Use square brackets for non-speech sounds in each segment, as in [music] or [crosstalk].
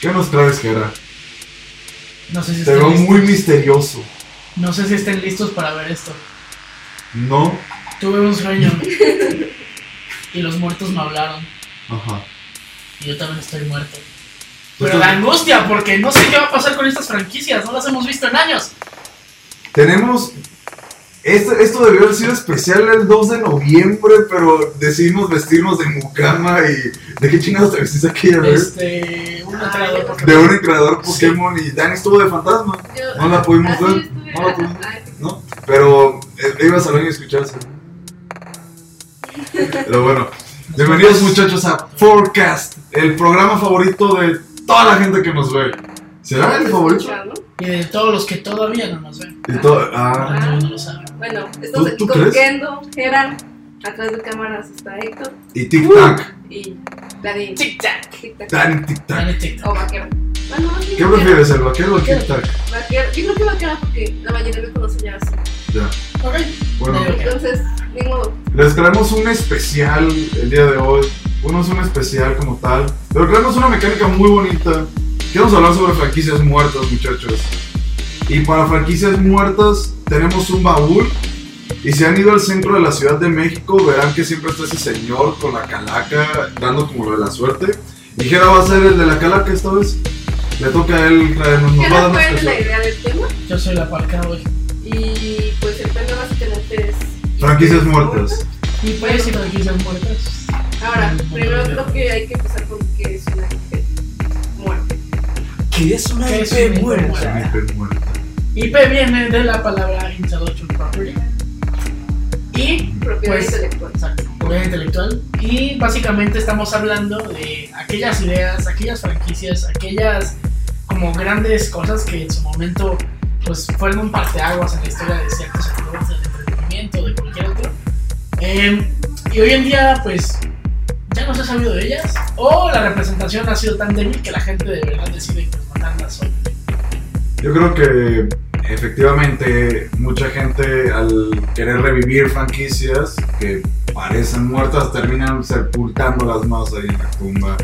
¿Qué nos traes, Jera? No sé si Te estén veo listos. muy misterioso. No sé si estén listos para ver esto. No. Tuve un sueño. y los muertos me hablaron. Ajá. Y yo también estoy muerto. Pues Tú Pero la también. angustia, porque no sé qué va a pasar con estas franquicias. No las hemos visto en años. Tenemos. Esto, esto debió haber sido especial el 2 de noviembre, pero decidimos vestirnos de mucama y. ¿De qué chingados te vestiste aquella vez? Este. Un entrenador porque- De un creador Pokémon y Dan estuvo de fantasma. Yo- Ah, No la pudimos así ver, estuve- no la pudimos ajá, ay, ¿no? Pero eh, ibas al baño y escucharse. Pero bueno, bienvenidos muchachos a Forecast, el programa favorito de toda la gente que nos ve. ¿Será el favorito? escuchando. Y de todos los que todavía no nos ven. Y todo- ah, No, no lo saben. Bueno, ¿Tú- estamos tú con crees? Kendo, Geran, atrás de cámaras está Héctor y Tic Tac, y Dani. Tic tac. Tic Tac. Dan Tic Tac. Dale tic O tac. vaquero. Bueno, no, sí, ¿Qué vaquero. prefieres, el vaquero o el Tic Tac? Vaquero. Yo creo que vaquero porque la mayoría me conoce ya así. Ya. Ok. Bueno, Vaquero. Entonces, ni modo. les traemos un especial el día de hoy. Uno es un especial como tal, pero traemos una mecánica muy bonita. Queremos hablar sobre franquicias muertas, muchachos. Y para franquicias muertas tenemos un baúl. Y si han ido al centro de la Ciudad de México, verán que siempre está ese señor con la calaca dando como lo de la suerte. Y Jera va a ser el de la calaca esta vez. Le toca a él traernos. Nos va a Geran dar más fue el de la casual. idea del tema Yo soy la parca hoy. y pues el tema básicamente es. Franquicias muertas. Y pues, puedes ir franquicias muertas. Ahora, primero creo que hay que empezar con que es una IP muerte. que es una ¿Qué es IP una muerta. IP? Gente muerta. IP viene de la palabra intellectual property. Y Propiedad Pues- intelectual. Exacto, propiedad intelectual. Y básicamente estamos hablando de aquellas ideas, aquellas franquicias, aquellas como grandes cosas que en su momento pues fueron un parteaguas en la historia de ciertos sectores del entretenimiento, de cualquier otro. Eh, y hoy en día pues ya no se ha sabido de ellas o la representación ha sido tan débil que la gente de verdad decide pues matarlas hoy. Yo creo que efectivamente mucha gente al querer revivir franquicias que parecen muertas terminan sepultándolas más ahí en la tumba.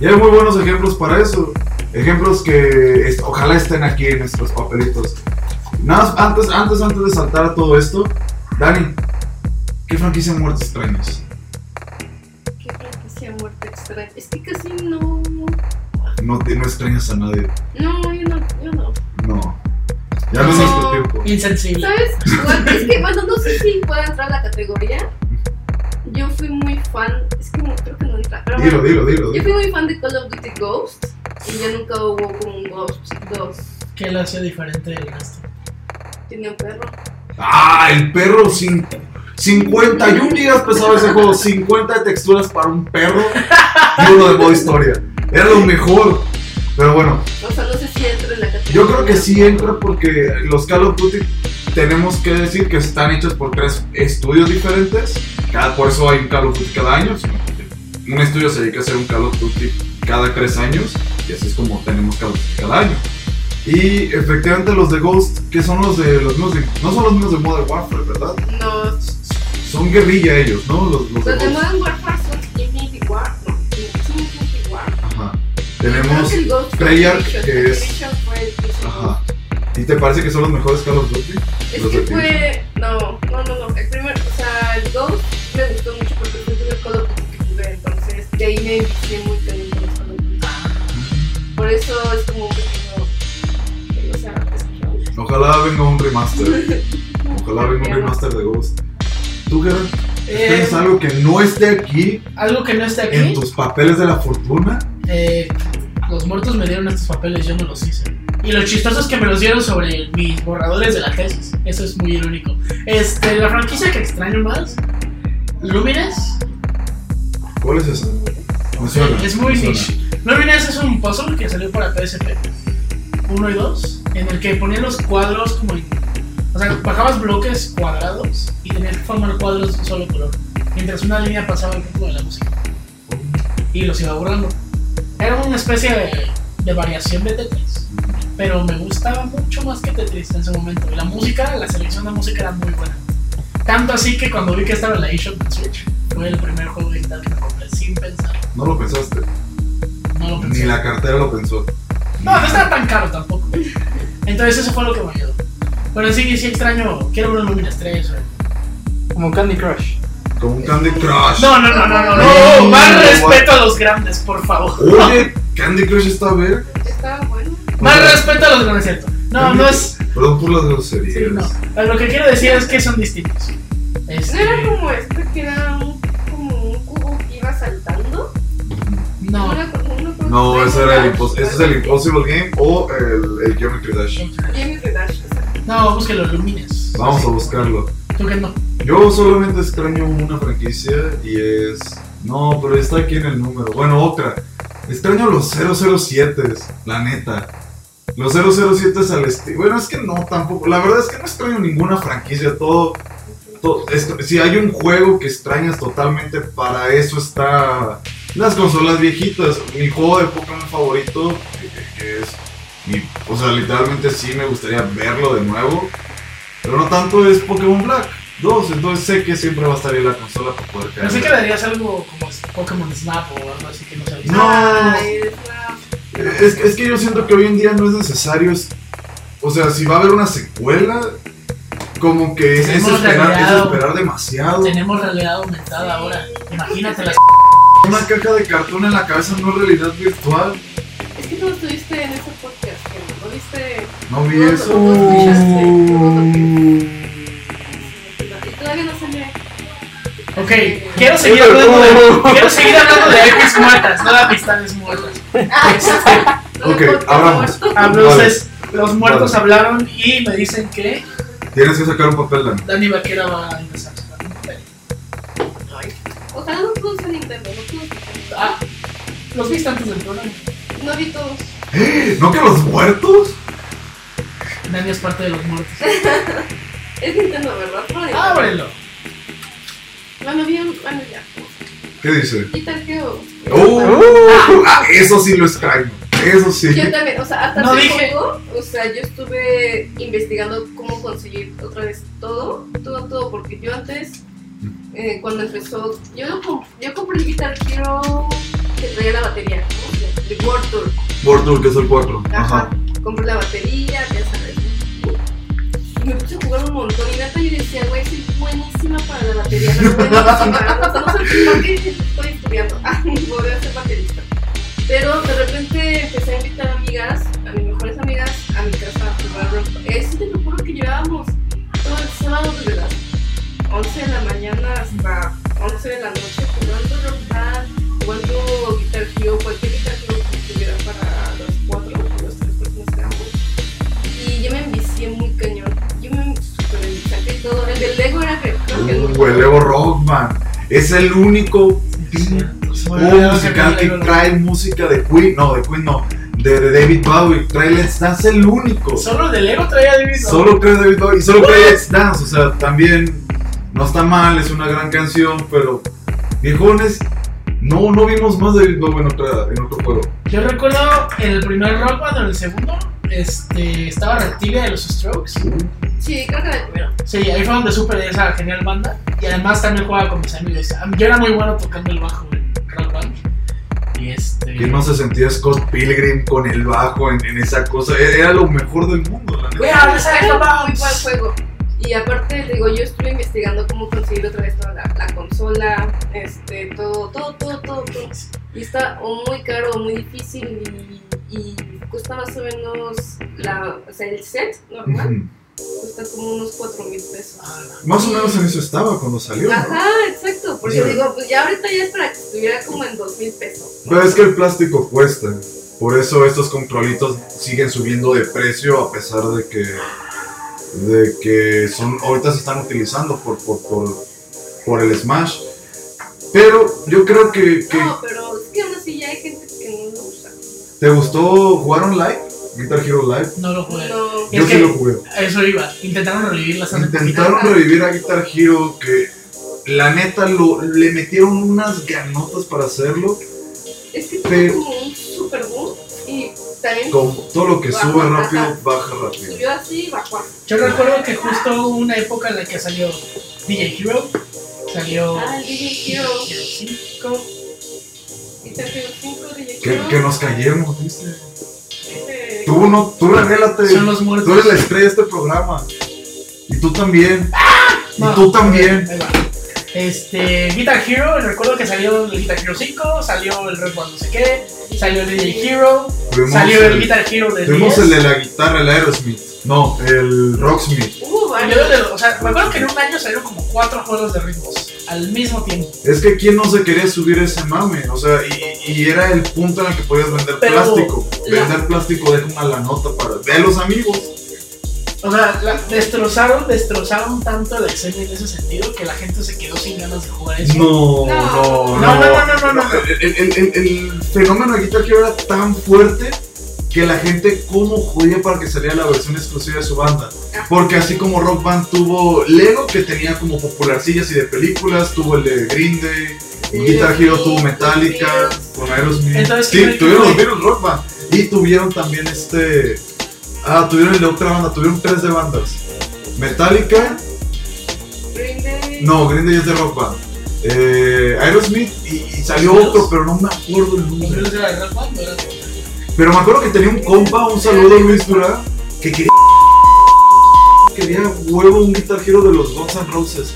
Y hay muy buenos ejemplos para eso. Ejemplos que es- ojalá estén aquí en nuestros papelitos. Nada más, antes, antes, antes de saltar a todo esto, Dani, ¿qué franquicia muerta extrañas? Qué franquicia muerte extraña. Es que casi no. No, te- no extrañas a nadie. No, yo no, yo no. No. Ya no es nuestro tiempo. Insensible. ¿Sabes? Igual, es que, bueno, no sé si puede entrar a la categoría. Yo fui muy fan, es que no, creo que no entra, pero Dilo, bueno, dilo, dilo. yo dilo. fui muy fan de Call of Duty Ghost y ya nunca hubo como un Ghost 2. ¿Qué la hace diferente del resto? Tenía un perro. Ah, el perro sin 51 gigas pesaba ese juego, 50 de texturas para un perro y uno de modo historia. Era lo mejor. Pero bueno, O sea, no sé si entra en la categoría. yo creo que sí entra porque los Call of Duty tenemos que decir que están hechos por tres estudios diferentes. Cada, por eso hay un Call of Duty cada año. sino que Un estudio se dedica a hacer un Call of Duty cada tres años y así es como tenemos Call of Duty cada año. Y efectivamente los de Ghost, que son los de los mismos de- no son los mismos de Modern Warfare, ¿verdad? No. Son guerrilla ellos, ¿no? Los, los de Los de Ghost. Modern Warfare son Infinity War. No, son Infinity War. Ajá. Creo Tenemos. que el Ghost fue Treyarch, Activision, que es- Activision fue el que hizo Ajá. ¿Y te parece que son los mejores Call of Duty? Es Los que Activision. fue. No, no, no, no. El primer, o sea, el Ghost me gustó mucho porque fue el primer Call of Duty que jugué. Entonces, de ahí me envicié muy cañón con los Call of Duty. Por eso es como un pequeño. O sea, es que yo- Ojalá venga un remaster. Ojalá venga un Ya no. remaster de Ghost. ¿Tú, Gerard? Eh, ¿Tienes algo que no esté aquí algo que no está aquí. en tus papeles de la fortuna? Eh, los muertos me dieron estos papeles, yo no los hice. Y lo chistoso es que me los dieron sobre mis borradores de la tesis. Eso es muy irónico. Este, la franquicia que extraño más, Lumines, ¿Cuál es esa? Me suena, es muy me suena. niche. Lumines es un puzzle que salió para PSP 1 y 2, en el que ponían los cuadros como en. O sea, bajabas bloques cuadrados y tenías que formar cuadros de un solo color. Mientras una línea pasaba el ritmo de la música. Y los iba borrando. Era una especie de, de variación de Tetris. pero me gustaba mucho más que Tetris en ese momento. Y la música, la selección de música era muy buena. Tanto así que cuando vi que estaba en la eShop de Switch, fue el primer juego digital que me compré sin pensar. No lo pensaste. no lo pensé. Ni la cartera lo pensó. No, no estaba tan caro tampoco. Entonces eso fue lo que me ayudó. Pero sí, sí extraño, quiero unos Luminas 3. o- Como Candy Crush. Como un Candy Crush. No, no, no, no, no, no, No, más no, respeto a los grandes, por favor. Oye, Candy Crush está ver. Estaba bueno. Más respeto a los grandes, ¿cierto? No, no es... Perdón por las Sí, groserías. no. Ah, Lo que quiero decir es que son distintos. No Este, era como este que era un, como un cubo que iba saltando. No, Una- una- una- No, ese era el, impos- Dash. ese es el Impossible Game o el, el Geometry Dash. Geometry Dash, o sea, no, búsquelo, Lumines. Vamos a Sí. buscarlo. Tú que no. Yo solamente extraño una franquicia y es. No, pero está aquí en el número. Bueno, otra. Extraño los 007, la neta. Los 007 al estilo. Bueno, es que no tampoco. La verdad es que no extraño ninguna franquicia. Todo. todo- es- si hay un juego que extrañas totalmente, para eso está. Las consolas viejitas. Mi juego de Pokémon favorito, que, que- que es. mi- o sea, literalmente sí me gustaría verlo de nuevo. Pero no tanto es Pokémon Black. Dos, entonces sé que siempre va a estar ahí la consola para poder caer. Pensé que le darías algo como Pokémon Snap o algo así que no sabía. No. ay, es una- Es, es que yo siento que hoy en día no es necesario. es- o sea, si va a haber una secuela, como que es, es Hemos esperar, es regalado. esperar demasiado. Tenemos realidad aumentada ahora. Imagínate las. Una caja de cartón en la cabeza no es realidad virtual. Es que tú estuviste en ese podcast, que no viste. No vi No, no, eso. no escuchaste, Y todavía no salía. Ok, quiero seguir hablando de. Quiero seguir hablando de X muertas, no de amistades muertas. Este, No Ok, me importa, abramos. muerto. ah, Entonces, los muertos hablaron y me dicen que Tienes que sacar un papel, Dani. Dani Vaquera va a empezar. su papel. Ojalá no todos en Nintendo, no todos. Ah, los viste antes del programa. No vi todos. ¡Eh! ¿No que los muertos? Dani es parte de los muertos. Es Nintendo, ¿verdad? Por ahí. ¡Ábrelo! Bueno, bien, bueno, ya. ¿Qué dice? Y Tarkeo. ¡Oh! Ah, eso sí lo extraño. Eso sí. Yo también, o sea, hasta No hace dije. poco, o sea, yo estuve investigando cómo conseguir otra vez todo, todo, todo, porque yo antes, eh, cuando empezó, yo, lo comp- yo compré el Guitar Hero que traía la batería, ¿no? de World Tour, Mortal, que es el 4. ajá, compré la batería, ya sabes, y me puse a jugar un montón, y neta yo decía, güey, soy buenísima para la batería, pero buenísima, o sea, no sé por qué estoy estudiando, [laughs] ah, voy a ser baterista. Pero de repente empecé a invitar amigas, a mis mejores amigas, a mi casa a jugar rock. Eso te lo juro que llevábamos todo el sábado de las 11 de la mañana hasta 11 de la noche jugando rock band, jugando guitar hero, cualquier guitar hero que tuviera para los cuatro o los tres personas que éramos. Y yo me envicié muy cañón. Yo me super envicié y todo. El del Lego era que creo que Uh, el Leo Rockman. Es el único juego musical que trae música de Queen. No, de Queen no. De, de David Bowie. Trae Let's Dance el único. Solo de Lego traía David Bowie. Solo trae David Bowie. Y solo trae Let's Dance. O sea, también no está mal. Es una gran canción. Pero, viejones, no, no vimos más de David Bowie en, otra, en otro juego. Yo recuerdo en el primer rock Band o en el segundo, este, estaba Reptilia de los Strokes. Sí, creo que era el primero. Sí, ahí fue donde supe de esa genial banda. Y además también jugaba con mis amigos. A mí- Yo era muy bueno tocando el bajo en rock band. Y este. ¿Quién no se sentía Scott Pilgrim con el bajo en, en esa cosa? E-, Era lo mejor del mundo, la neta. We are the Psycho Era muy Bombs. buen juego. Y aparte, digo, yo estuve investigando cómo conseguir otra vez toda la, la consola, este, todo, todo, todo, todo, todo. Y está o muy caro, o muy difícil y, y cuesta más o menos la, o sea, el set normal, Ujú. cuesta como unos 4 mil pesos. Ah, no. Más o menos en eso estaba cuando salió. ¿no? Ajá, exacto, porque Sí. digo, pues ya ahorita ya es para que estuviera como en 2 mil pesos. Pero es que el plástico cuesta. Por eso estos controlitos siguen subiendo de precio a pesar de que de que son ahorita se están utilizando por por, por, por el Smash. Pero yo creo que, que No, pero es que aún así ya hay gente que no lo usa. te gustó jugar online, Guitar Hero Live. No lo jugué. No, Yo Es sí que- lo jugué. A Eso iba. Intentaron revivirlas hace Intentaron Ajá. revivir a Guitar Hero que la neta lo, le metieron unas ganotas para hacerlo es que Pero- tuvo como un super boom y también con todo lo que sube Baja, rápido baja. baja rápido. subió así y bajó así. Yo recuerdo que justo hubo una época en la que salió DJ Hero. Salió. Ah, el DJ Hero. Hero 5. Y te 5 de Que, que nos callemos, ¿viste? Eh, Tú no, tú revélate. Son los muertos. Tú eres la estrella de este programa. Y tú también. No, Y tú también. ahí va. Este, Guitar Hero, recuerdo que salió el Guitar Hero 5, salió el Red One no sé qué, salió el DJ Hero, Tuvimos salió el el- Guitar Hero de Tuvimos el 10. de la guitarra, el Aerosmith. No, el Rocksmith. Hubo Salió varios. el- Ah, O sea, me acuerdo que en un año salieron como cuatro juegos de ritmos al mismo tiempo. Es que quién no se quería subir ese mame. O sea, y, y era el punto en el que podías vender Pero- plástico. la- Vender plástico deja una la nota para. Ve a los amigos. O sea, la- destrozaron, destrozaron tanto la escena en ese sentido que la gente se quedó sin ganas de jugar eso. No, no, No. No, no, no, no, no, no. El, el- el- el fenómeno de Guitar Hero era tan fuerte que la gente como jodía para que saliera la versión exclusiva de su banda. Ah. Porque así como Rock Band tuvo Lego, que tenía como popularcillas y de películas, tuvo el de Green Day, Sí, Guitar Hero sí, tuvo sí, Metallica, sí. con Aerosmith. Entonces, sí, ¿qué fue? tuvieron los Beatles Rock Band. Y tuvieron también este... Ah, tuvieron el de otra banda, tuvieron tres de bandas. Metallica, Green Day. no, Green Day es de Rock Band. Eh, Aerosmith y, y salió ¿Los otro, pero no me acuerdo el Los nombre. Beatles era de Red One, no era de- Pero me acuerdo que tenía un compa, un saludo a Luis Durán, que quería. Quería huevo un guitarjero de los Guns N' Roses.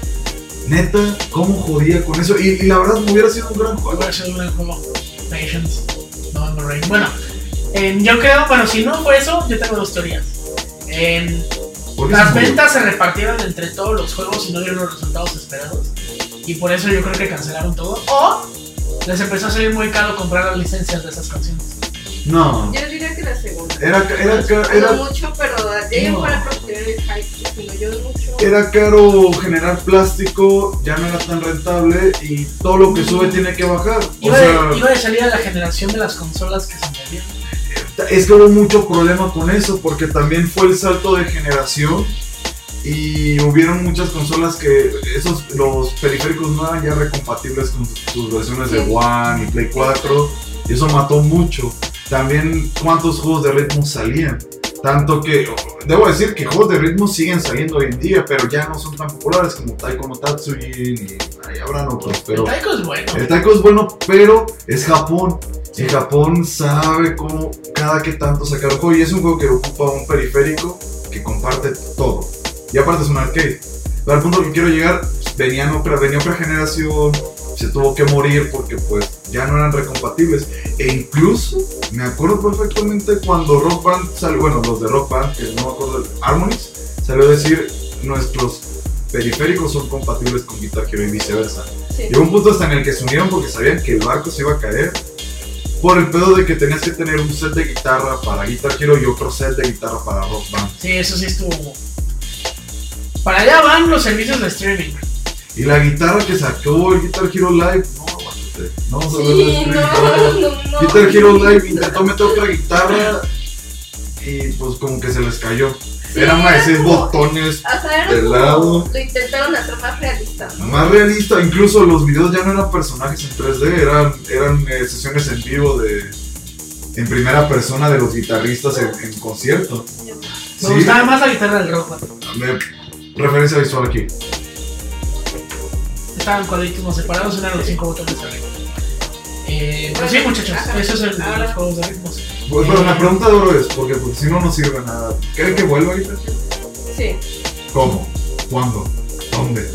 Neta, cómo jodía con eso. Y, y la verdad, hubiera sido un gran juego. hubiera sido un juego. Patience, November Rain. Bueno, em, yo creo, bueno, si no fue eso, yo tengo dos teorías. Em, Porque las se murió. ventas se repartieron entre todos los juegos y no dieron los resultados esperados. Y por eso yo creo que cancelaron todo. O les empezó a salir muy caro comprar las licencias de esas canciones. No. Yo diría que la segunda. Era, ca- era, ca- No era, mucho, pero de ahí No. para proteger el hype, sino yo mucho. era caro generar plástico, ya no era tan rentable y todo lo que sube tiene que bajar. O Mm. Iba, sea, de, iba de salida la generación de las consolas que se vendían. es que hubo mucho problema con eso porque también fue el salto de generación y hubieron muchas consolas que esos los periféricos no eran ya recompatibles con sus versiones de Sí. One y Play 4 y eso mató mucho. También cuántos juegos de ritmo salían. Tanto que, debo decir que juegos de ritmo siguen saliendo hoy en día, pero ya no son tan populares como Taiko no Tatsujin y ahí habrán otros. Pero eh, el Taiko es bueno. el taco es bueno, pero es Japón. Y Japón sabe cómo cada que tanto sacar un juego. Y es un juego que ocupa un periférico que comparte todo. Y aparte es un arcade. Pero al punto que quiero llegar, venían otra, venía otra generación, se tuvo que morir porque pues ya no eran recompatibles. E incluso me acuerdo perfectamente cuando Rock Band salió, bueno, los de Rock Band, que no me acuerdo, el Harmonix, salió a decir nuestros periféricos son compatibles con Guitar Hero y viceversa. Sí. Llegó un punto hasta en el que se unieron porque sabían que el barco se iba a caer por el pedo de que tenías que tener un set de guitarra para Guitar Hero y otro set de guitarra para Rock Band. Sí, eso sí estuvo. Para allá van los servicios de streaming. Y la guitarra que sacó el Guitar Hero Live, no, aguántate, no vamos a ver el Sí, streaming, no, no, no. Guitar Hero Live intentó meter otra guitarra y pues como que se les cayó. Sí, Era una de era seis como- botones, O sea, era de como- lado. Lo intentaron hacer más realista. ¿no? más realista, incluso los videos ya no eran personajes en 3D, eran, eran eh, sesiones en vivo de en primera persona de los guitarristas en, en concierto. Me Sí, gustaba más la guitarra del rojo. me- referencia visual aquí. Estaban cuadritos separados, eran los cinco botones de arriba. Eh, pues sí, muchachos, Ajá. eso es el de los Ah, Ahora- juegos de ritmos. Pues, pero la pregunta de oro es, porque pues, si no nos sirve nada, ¿creen que vuelva Guitar Hero? Sí. ¿Cómo? ¿Cuándo? ¿Dónde?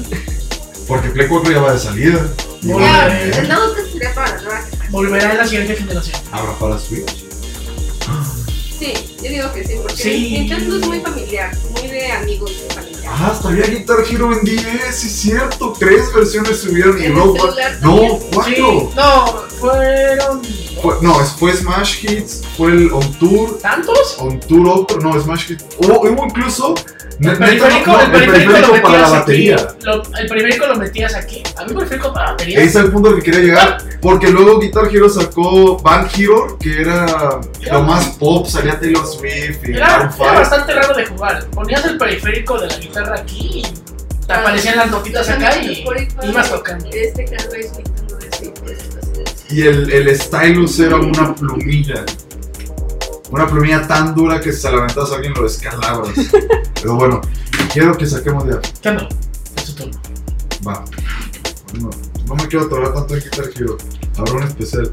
Porque Play 4 ya va de salida. Y Ya, va a Ya, vender. no, que sería para la nueva generación. Volverá en la siguiente generación. ¿Habrá para Switch? Sí, yo digo que sí, porque Sí. Nintendo es muy familiar, muy de amigos y familia. Ah, hasta había Guitar Hero en 10, sí es cierto. Tres versiones subieron y En el Rock Band- celular No, también. Sí, cuatro. no, fueron. Fue- no, es- fue Smash Hits, fue el On Tour, ¿Tantos? On Tour otro, no, Smash Hits. Hubo, hubo incluso. ne- El neta, periférico, no, el periférico, periférico lo para la metías aquí. batería. lo- el periférico lo metías aquí. A mí el periférico para la batería. Ese es el punto al que quería llegar, porque luego Guitar Hero sacó Band Hero, que era lo más pop, salía Taylor Swift y Era, Maroon era five. bastante raro de jugar. Ponías el periférico de la guitarra aquí y te Ah, aparecían las notitas los acá amigos y por ahí fueron ibas tocando. Este caso es Nintendo de sí, pues, entonces, Y el, el stylus era una plumilla. Una plumilla tan dura que si se la aventas a alguien lo [laughs] descalabras. Pero bueno, quiero que saquemos de ¿Qué onda? Es tu turno. Va. No, no me quiero atorar tanto en Guitar Hero. Habrá un especial.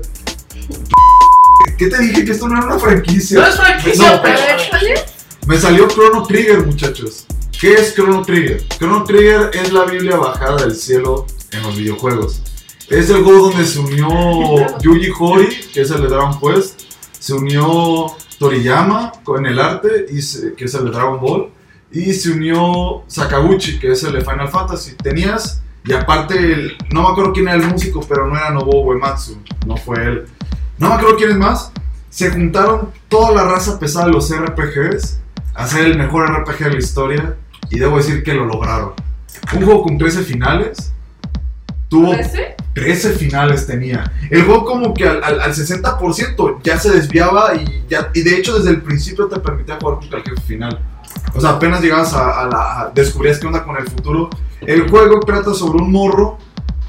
¿Qué te dije? Que esto no era una franquicia. No es franquicia, No, pero. A ver, ¿cuál es? Me salió Chrono Trigger, muchachos. ¿Qué es Chrono Trigger? Chrono Trigger es la Biblia bajada del cielo en los videojuegos. Es el juego donde se unió Yuji Horii, que es el de Dragon Quest, se unió Toriyama con el arte, y se- que es el de Dragon Ball, y se unió Sakaguchi, que es el de Final Fantasy. Tenías, y aparte, el- no me acuerdo quién era el músico, pero no era Nobuo Uematsu, no fue él. No me acuerdo quién es más. Se juntaron toda la raza pesada de los RPGs hacer el mejor RPG de la historia y debo decir que lo lograron. Un juego con 13 finales. Tuvo ¿Ese? 13 finales tenía. El juego como que al, al- al 60% ya se desviaba y, ya, y de hecho desde el principio te permitía jugar contra el jefe final. O sea, apenas llegabas a, a la... a- descubrías qué onda con el futuro. El juego trata sobre un morro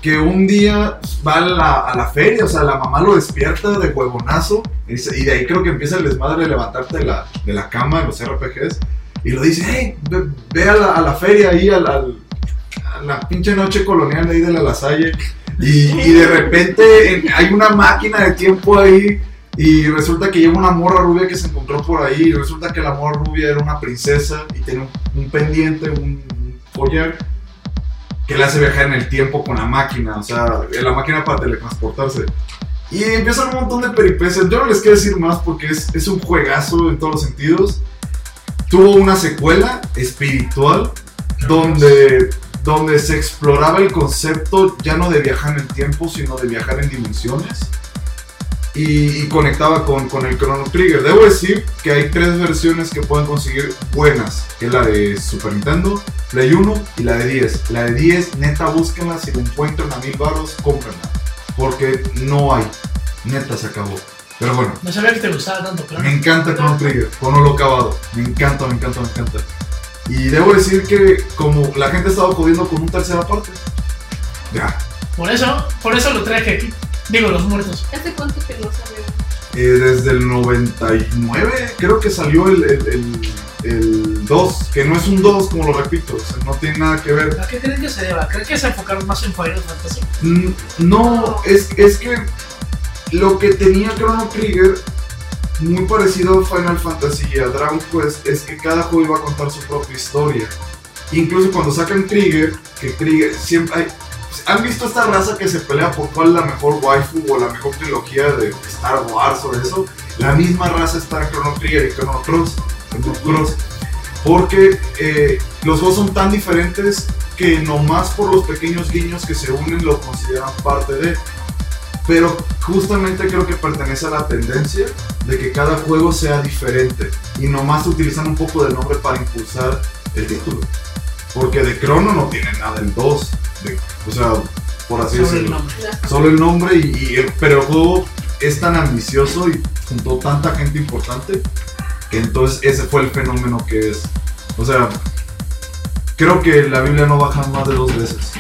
que un día va a la, a la feria, o sea, la mamá lo despierta de huevonazo y, se- y de ahí creo que empieza el desmadre de levantarte de la, de la cama en los RPGs y lo dice, hey, ve, ve a, la, a la feria ahí, al- al- a la pinche noche colonial ahí de la Lasalle y, y de repente en- hay una máquina de tiempo ahí y resulta que lleva una morra rubia que se encontró por ahí y resulta que la morra rubia era una princesa y tiene un, un pendiente, un, un collar que le hace viajar en el tiempo con la máquina, o sea, la máquina para teletransportarse. Y empiezan un montón de peripecias. Yo no les quiero decir más porque es, es un juegazo en todos los sentidos. Tuvo una secuela espiritual donde, donde se exploraba el concepto ya no de viajar en el tiempo, sino de viajar en dimensiones. Y, y conectaba con, con el Chrono Trigger. Debo decir que hay tres versiones que pueden conseguir buenas, que es la de Super Nintendo, Play 1 y la de 10. La de 10, neta, búsquenla. Si la encuentran a mil barros, cómprenla. Porque no hay. Neta, se acabó. Pero bueno, No sabía que te gustaba tanto, claro. me encanta Chrono Trigger, con lo acabado. Me encanta, me encanta, me encanta. Y debo decir que como la gente ha estado jodiendo con un tercera parte. Ya. Por eso, por eso lo traje aquí. Digo, los muertos. ¿Hace cuánto que no sabemos? Eh, desde el 99 creo que salió el, el, el- el 2, que no es un 2, como lo repito, o sea, no tiene nada que ver. ¿A qué creen que se deba? ¿Creen que se enfocaron más en Final Fantasy? Mm, No, es, es que lo que tenía Chrono Trigger, muy parecido a Final Fantasy y a Dragon Quest, es que cada juego iba a contar su propia historia. Incluso cuando sacan Trigger, que Trigger siempre hay. ¿Han visto esta raza que se pelea por cuál es la mejor waifu o la mejor trilogía de Star Wars o eso? La misma raza está en Chrono Trigger y Chrono Cross. Chrono Cross. Porque eh, los dos son tan diferentes que nomás por los pequeños guiños que se unen lo consideran parte de. Pero justamente creo que pertenece a la tendencia de que cada juego sea diferente y nomás utilizan un poco del nombre para impulsar el título. Porque de Crono no tiene nada el 2. de- O sea, por así Sobre el decirlo nombre. solo el nombre y, y el, pero el juego es tan ambicioso y juntó tanta gente importante que entonces ese fue el fenómeno que es. O sea, creo que la Biblia no baja más de dos veces.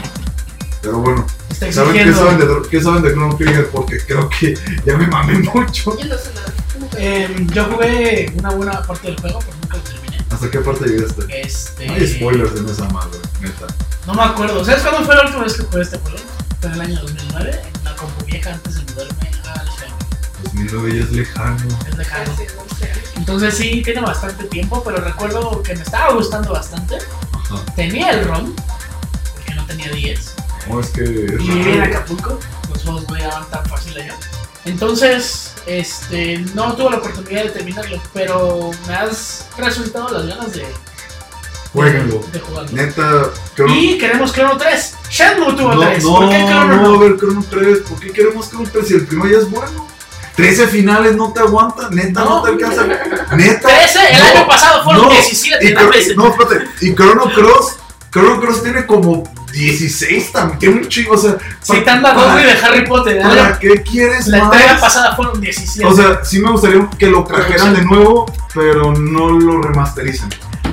Pero bueno, Está ¿saben qué exigiendo. saben de, Dro- qué saben de Chrono Trigger? Porque creo que ya me mamé mucho. Yo no sé nada. Em, yo jugué una buena parte del juego, pero nunca lo terminé. ¿Hasta qué parte llegaste? Este. Hay spoilers en esa madre, neta. No me acuerdo. ¿Sabes cuándo fue la última vez que jugué este juego? Fue en el año 2009, en la compu vieja antes de mudarme al Shine. 2009 ya es lejano. Es de Halo. Hace 11 [laughs] años. Entonces sí, tiene bastante tiempo, pero recuerdo que me estaba gustando bastante. Ajá. Tenía el ROM, porque no tenía 10. No, es que. Y vivía en Acapulco, los juegos no llegaban tan fácil allá. Entonces, este, no tuve la oportunidad de terminarlo, pero me has resultado las ganas de, Jueguenlo. de jugarlo. Neta, Chrono Y queremos Chrono 3. Shenmue tuvo No, 3. no, ¿Por qué Chrono no, no? a ver, Chrono 3, ¿por qué queremos Chrono 3 si el primero ya es bueno? 13 finales no te aguanta, neta, no, No. te [laughs] alcanza. Neta. 13, el No, año pasado fueron no, 17. Y, no, Chro- pues, no, espérate, y Chrono Cross, Chrono Cross tiene como 16 también, tiene un chingo, o sea. Citando a para- Godfrey de Harry Potter, ¿no? ¿Para qué quieres la más? entrega pasada fueron 17. O sea, sí me gustaría que lo trajeran de nuevo, pero no lo remastericen.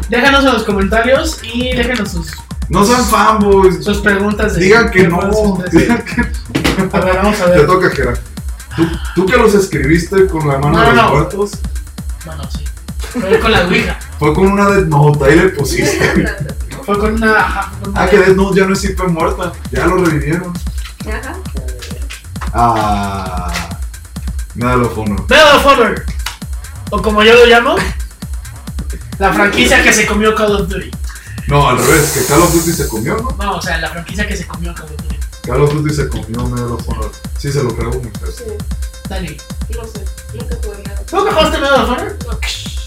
Déjanos en los comentarios y déjanos sus, No sean fanboys, sus preguntas. De digan que qué juegos no, ustedes- digan que A ver, vamos a te ver. toca, Jera. ¿Tú, tú que los escribiste con la mano No, de los no. muertos. No, no, sí. Fue con la Ouija. Fue con una Death Note, ahí le pusiste. Fue con una. ajá, fue con una- Ah, que Death Note ya no es IP muerta, ya lo revivieron. Ajá. Ah. Medal of Honor. Medal of Honor. O como yo lo llamo, la franquicia que se comió Call of Duty. No, al revés, que Call of Duty se comió, ¿no? No, o sea, la franquicia que se comió Call of Duty. Call of Duty se comió Medal of Honor. Sí, se lo creo muchachos. pues Sí, Dani, no sé, nunca tuve nada. ¿tú que jugaste Medal of Honor? No.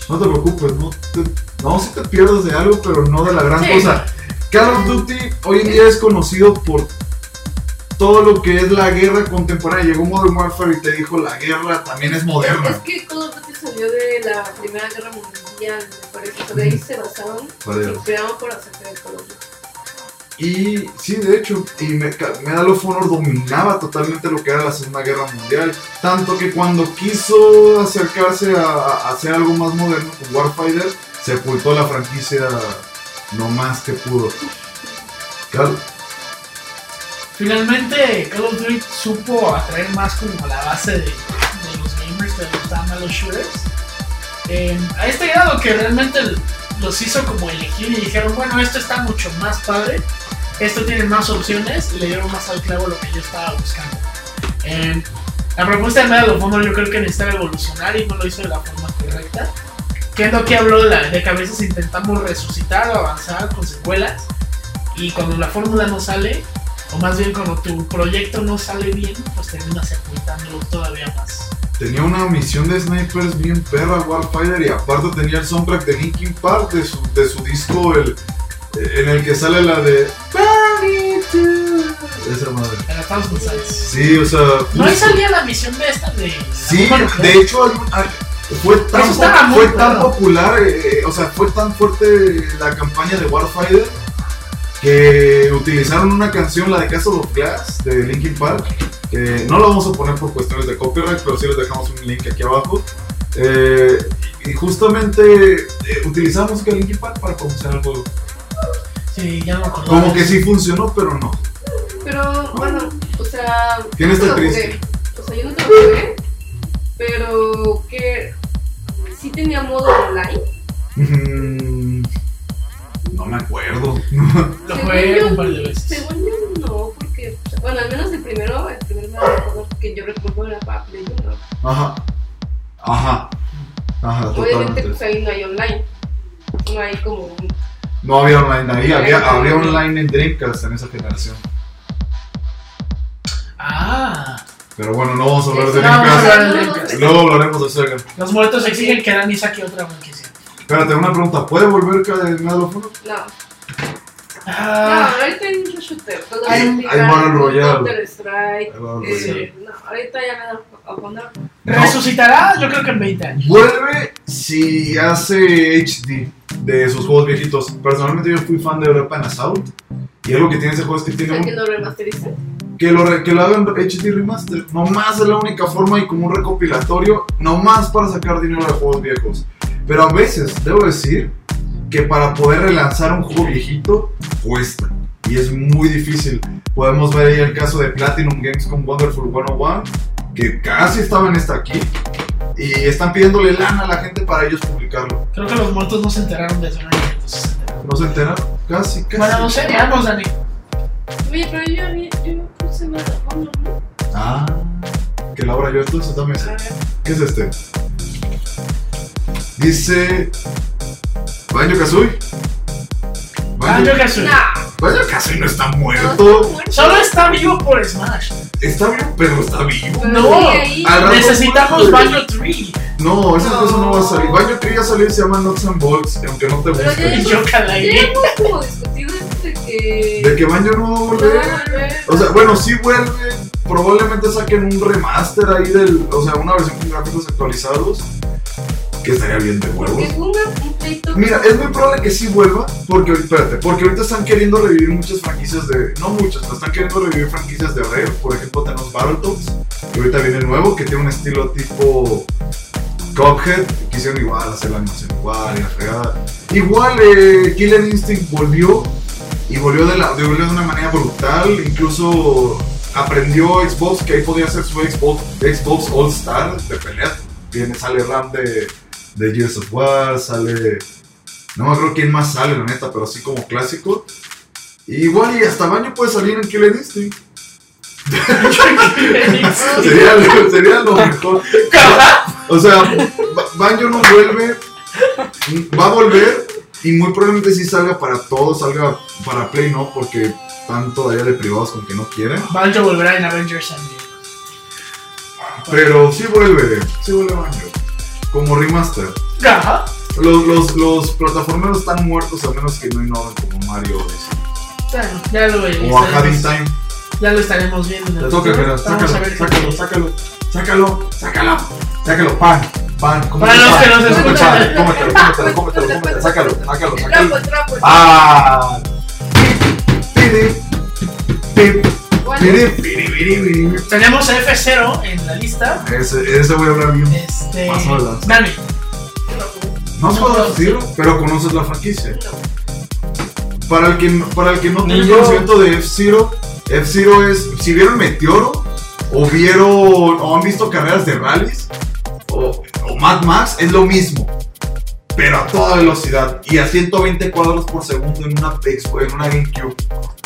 No te preocupes, no, te- no si te pierdes de algo, pero no de la gran Sí. cosa. Call of Duty hoy en día es conocido por todo lo que es la guerra contemporánea. Llegó Modern Warfare y te dijo la guerra también es Es moderna. que Call of Duty salió de la Primera Guerra Mundial, me parece. O sea, de ahí se basaron Vale. y crearon para sacar el Call of Duty. Y sí, de hecho, y me- ca- Medal of Honor dominaba totalmente lo que era la Segunda Guerra Mundial. Tanto que cuando quiso acercarse a, a hacer algo más moderno con Warfighter, sepultó la franquicia lo más que pudo. Cal- Finalmente, Call of Duty supo atraer más como la base de, de los gamers que les gustaban más los shooters. Eh, a este grado que realmente l- los hizo como elegir y dijeron, bueno, esto está mucho más padre, esto tiene más opciones y le dieron más al clavo lo que yo estaba buscando. Eh, la propuesta de Medal of Honor yo creo que necesitaba evolucionar y no lo hizo de la forma correcta. Kendo que habló de, la, de que a veces intentamos resucitar o avanzar con secuelas y cuando la fórmula no sale, o más bien cuando tu proyecto no sale bien, pues terminas sepultándolo todavía más. Tenía una misión de snipers bien perra Warfighter y aparte tenía el soundtrack de Linkin Park de su, de su disco el, en el que sale la de Burn It To- Esa madre. En la Thousand Suns. Sí, o sea. No ahí justo- salía la misión de esta de. Sí, Bueno, de hecho hay un- hay- fue tan, estaba po- muy fue tan bueno. popular, eh, o sea, fue tan fuerte la campaña de Warfighter que utilizaron una canción, la de Castle of Glass, de Linkin Park, que no la vamos a poner por cuestiones de copyright, pero sí les dejamos un link aquí abajo. Eh, y justamente eh, utilizamos música de Linkin Park para promocionar el juego. Sí, ya no me acordaba. Como que sí funcionó, pero no. Pero bueno, o sea. ¿Quién está yo no lo triste? jugué. O sea, yo no te lo jugué, pero que sí tenía modo online. Mm, No me acuerdo. Lo Según jugué yo- un par de veces. Según yo, no, porque. o sea, Bueno, al menos el primero, el primer Medal of Honor que yo recuerdo era para Play 1. Ajá. Ajá. Ajá, Obviamente, totalmente. pues ahí no hay online. No hay como. un- No había online ahí, había, había online en Dreamcast en esa generación. Ah, Pero bueno, no vamos a hablar de No, vamos a Dreamcast. hablar de No, no, Dreamcast. Luego hablaremos de Sega. los muertos exigen que Dani saque otra franquicia. Espérate, una pregunta. ¿Puede volver cada Medal of Honor? No. Ah, No, ahorita hay mucho shooter. Call of Hay- Duty, hay Battle Royale. Counter Strike. Ahí va, eh, volver. No, ahorita ya me da a poner. No. ¿Resucitará? Yo creo que en 20 años. Vuelve si hace HD de sus juegos viejitos. Personalmente yo fui fan de Europa en Assault. Y algo que tiene ese juego es que O tiene sea, que un- lo remastericen. que lo, re- que lo hagan HD remaster. Nomás es la única forma y como un recopilatorio, nomás para sacar dinero de juegos viejos. Pero a veces, debo decir, que para poder relanzar un juego viejito cuesta y es muy difícil. Podemos ver ahí el caso de Platinum Games con Wonderful 101, que casi estaban hasta aquí y están pidiéndole lana a la gente para ellos publicarlo. Creo que los muertos no se enteraron de eso en 1960. ¿No se enteran? Casi, casi. Bueno, no sé, veamos, Dani. Oye, pero yo, vi- yo no puse nada. Oh, no, no. Ah, que la hora yo entonces dame ese. A ver. ¿Qué es este? Dice. Banjo Kazooy. Ah, Banjo yo que soy. Nah, Kazooy no está no, está muerto. muerto. Solo está vivo por Smash. Está vivo, pero está vivo. Pero No. sigue ahí. Al rato- Necesitamos Banjo 3. No, esa cosa no va a salir. No. Banjo que ya salió se llama Nuts and Bolts, y aunque no te Pero guste. Y yo [laughs] Ya calaí. hemos como discutido esto de que. De que Banjo no va a volver. O sea, bueno, sí vuelve. Probablemente saquen un remaster ahí del. O sea, una versión con gráficos actualizados. Que estaría bien de huevos. Porque fue una- un pleito. Mira, es muy probable que sí vuelva, porque, espérate, porque ahorita están queriendo revivir muchas franquicias de. No muchas, pero están queriendo revivir franquicias de Rare. Por ejemplo, tenemos Battletoads, que ahorita viene el nuevo, que tiene un estilo tipo. Cuphead, quisieron igual hacer la animación igual y la fregada. Igual, eh, Killer Instinct volvió, y volvió de, la, volvió de una manera brutal, incluso aprendió Xbox, que ahí podía hacer su Xbox, Xbox All Star de pelea. Viene, sale Ram de, de Gears of War, sale... No me acuerdo quién más sale, la neta, pero así como clásico. Igual y hasta baño puede salir en Killer Instinct. [laughs] Sería, lo- sería lo mejor. O sea, Ba- Banjo no vuelve, va a volver y muy probablemente sí salga para todos, salga para Play, no, porque están todavía de privados con que no quieren. Banjo volverá en Avengers también. Pero sí vuelve, sí vuelve Banjo. Como remaster. Ajá. Los, los, los plataformeros están muertos a menos que no innoven como Mario o eso. Ah, Bueno, ya lo veremos. Como a Having Time. Ya lo estaremos viendo en el Toca, futuro. Gerard, Vamos a ver sácalo, qué- sácalo, sácalo, sácalo, sácalo, sácalo, pan, pan, cómete Para el los pan, que nos cómete el escuchan. pan, Cómetelo, cómetelo, cómetelo, cómetelo, sácalo, sácalo, Trapo, sácalo. trapo. Ah. Piri, piri, Bueno, piri, piri, piri, piri. Tenemos a F0 en la lista. Ese, ese voy a hablar bien. Este. Más o menos. Dani. No puedo decirlo, pero conoces la franquicia. no. Para el que, no- para el que no Ni tiene yo. conocimiento de F-Zero, F-Zero es, si vieron Meteoro, o vieron, o han visto carreras de rallies, o, o Mad Max, es lo mismo, pero a toda velocidad, y a 120 cuadros por segundo en una, Expo- en una GameCube.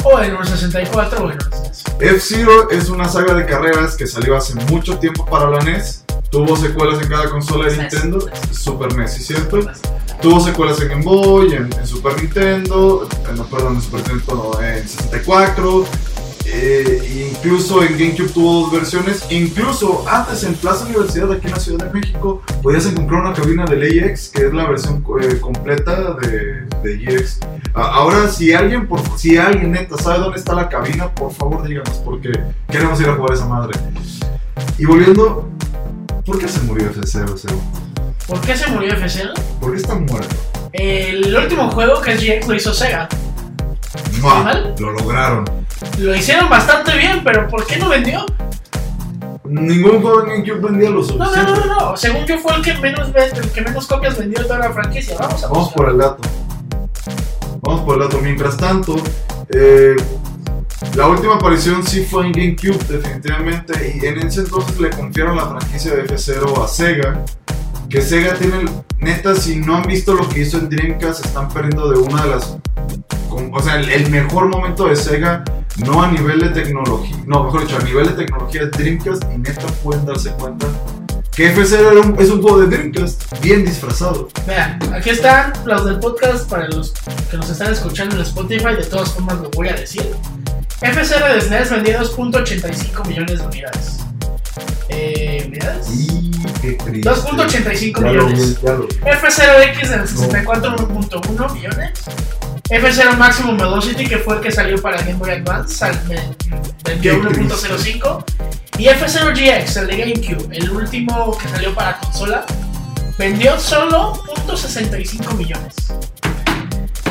O en un 64 o en un 64. F-Zero es una saga de carreras que salió hace mucho tiempo para la NES, tuvo secuelas en cada consola de Sí, Nintendo, E sí. Super NES, ¿sí ¿cierto? Tuvo secuelas en Game Boy, en, en Super Nintendo, en, no, perdón, en Super Nintendo, no, en 64. eh, incluso en GameCube tuvo dos versiones. Incluso antes en Plaza Universidad, aquí en la Ciudad de México, podías encontrar una cabina del AX, que es la versión eh, completa de, de EX. A- Ahora, si alguien, por, si alguien neta sabe dónde está la cabina, por favor díganos, porque queremos ir a jugar a esa madre. Y volviendo, ¿por qué se murió F0? ¿Por qué se murió F0? ¿Por qué está muerto? El último juego que es GX lo hizo Sega. Ma, ¿Mal? Lo lograron. Lo hicieron bastante bien, pero ¿por qué no vendió? Ningún juego en GameCube vendía lo No, no, suficiente. no, no, no. Según yo fue el que menos vende, el que menos copias vendió de toda la franquicia. Vamos a Vamos buscar. por el dato. Vamos por el dato. Mientras tanto, eh, la última aparición sí fue en GameCube, definitivamente. Y en ese entonces le confiaron la franquicia de F0 a Sega. Que Sega tiene, el- neta, si no han visto lo que hizo en Dreamcast, están perdiendo de una de las. con- o sea, el, el mejor momento de Sega, no a nivel de tecnología, no, mejor dicho, a nivel de tecnología es Dreamcast. Y neta, pueden darse cuenta que F0 era un- es un juego de Dreamcast, bien disfrazado. Vean, aquí están los del podcast para los que nos están escuchando en Spotify. De todas formas, lo voy a decir. F0 de SNES vendió 2.85 millones de unidades. Eh, ¿Unidades? Y qué triste. 2.85 Ya lo vi, millones. ya lo vi. F0X del 64, 1.1 millones. F0 Maximum Velocity, que fue el que salió para Game Boy Advance, sal- me- vendió Qué triste. 1.05. Y F0 GX, el de GameCube, el último que salió para consola, vendió solo 0.65 millones.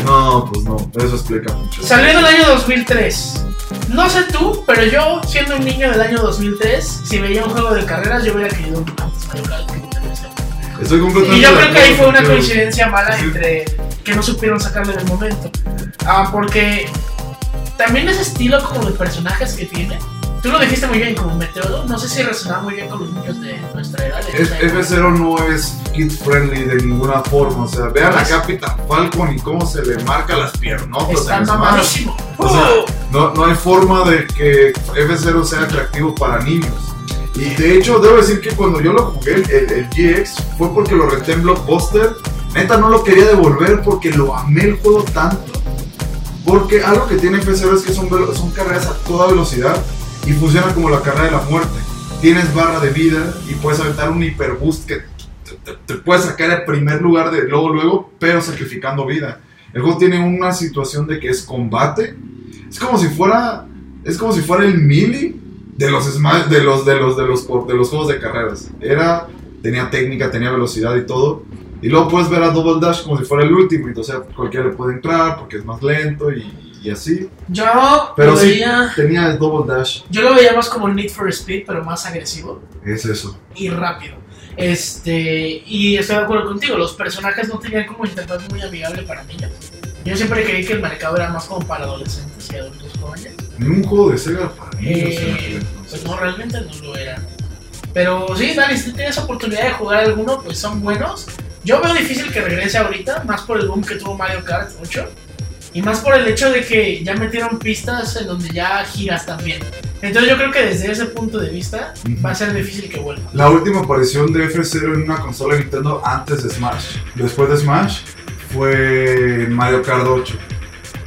No, pues no, eso explica mucho. Salió en el año 2003. No sé tú, pero yo, siendo un niño del año 2003, si veía un juego de carreras, yo hubiera querido un Mario Kart que un F0. Estoy completamente. Y yo de creo que ahí acuerdo fue una contigo. coincidencia mala Sí. entre que no supieron sacarlo en el momento. Ah, porque también ese estilo como de personajes que tiene, tú lo dijiste muy bien como Meteoro, no sé si resonaba muy bien con los niños de nuestra edad. F- de nuestra edad. F0 no es kid friendly de ninguna forma. O sea, vean a Capitán Falcon y cómo se le marca las piernotas. Está en Smash. mamadísimo. O sea, no, no hay forma de que F0 sea atractivo para niños. Y de hecho, debo decir que cuando yo lo jugué, el, el GX, fue porque lo renté en Blockbuster. Neta, no lo quería devolver porque lo amé el juego tanto. Porque algo que tiene F0 es que son, velo- son carreras a toda velocidad y funciona como la carrera de la muerte. Tienes barra de vida y puedes aventar un hiperboost que te, te- te puede sacar al primer lugar de luego, luego, pero sacrificando vida. El juego tiene una situación de que es combate. Es como si fuera. Es como si fuera el melee de los sma- de los de los de los por- de los juegos de carreras. Era. Tenía técnica, tenía velocidad y todo. Y luego puedes ver a Double Dash como si fuera el último. O sea, cualquiera le puede entrar porque es más lento y, y así. Yo, Pero lo sí. veía, Tenía el Double Dash. yo lo veía más como Need for Speed, pero más agresivo Es eso. y rápido. Este, y estoy de acuerdo contigo, los personajes no tenían como interfaz muy amigable para niños. Yo siempre creí que el mercado era más como para adolescentes y adultos jóvenes. Ningún juego de Sega para niños. en aquel Eh, entonces. pues no, realmente no lo era. Pero sí, Dani, si tienes oportunidad de jugar alguno, pues son buenos. Yo veo difícil que regrese ahorita, más por el boom que tuvo Mario Kart 8. Y más por el hecho de que ya metieron pistas en donde ya giras también. Entonces yo creo que desde ese punto de vista Ujú. va a ser difícil que vuelva. La última aparición de F0 en una consola de Nintendo antes de Smash. Después de Smash fue Mario Kart 8.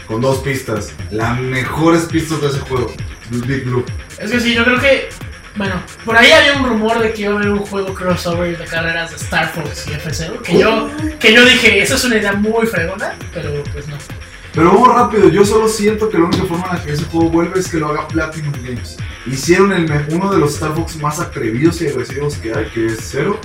Con dos pistas. Las mejores pistas de ese juego. Big Blue. Es que sí, yo creo que. Bueno, por ahí había un rumor de que iba a haber un juego crossover de carreras de Star Fox y F0. Que yo, que yo dije, esa es una idea muy fregona, pero pues no. Pero vamos rápido, yo solo siento que la única forma en la que ese juego vuelve es que lo haga Platinum Games. Hicieron el me- uno de los Star Fox más atrevidos y agresivos que hay, que es Zero.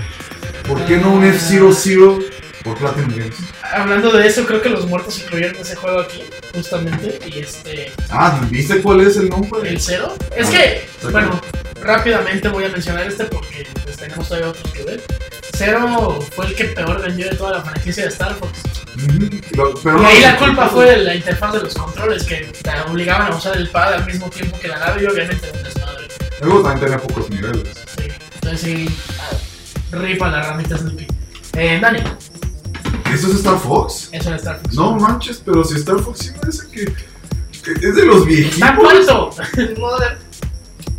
¿Por qué no un Ah. F-Zero Zero por Platinum Games? Hablando de eso, creo que los muertos incluyeron ese juego aquí, justamente. Y este. Ah, ¿viste cuál es el nombre? El cero. Es Ah, que, saca. bueno, rápidamente voy a mencionar este porque pues, tenemos todavía otros que ver. Cero fue el que peor vendió de toda la franquicia de Star Fox. Ujú, lo- pero Y ahí no- la culpa fue de la interfaz de los controles que te obligaban a usar el pad al mismo tiempo que la nave y obviamente un desmadre. Luego también tenía pocos niveles. Sí. Entonces sí, ah, ripa la ramita Snoopy. Eh, Dani, ¿Eso es Star Fox? eso era Star Fox. No manches, pero si Star Fox sí parece que, que es de los ¡Está viejitos. muerto! el modder.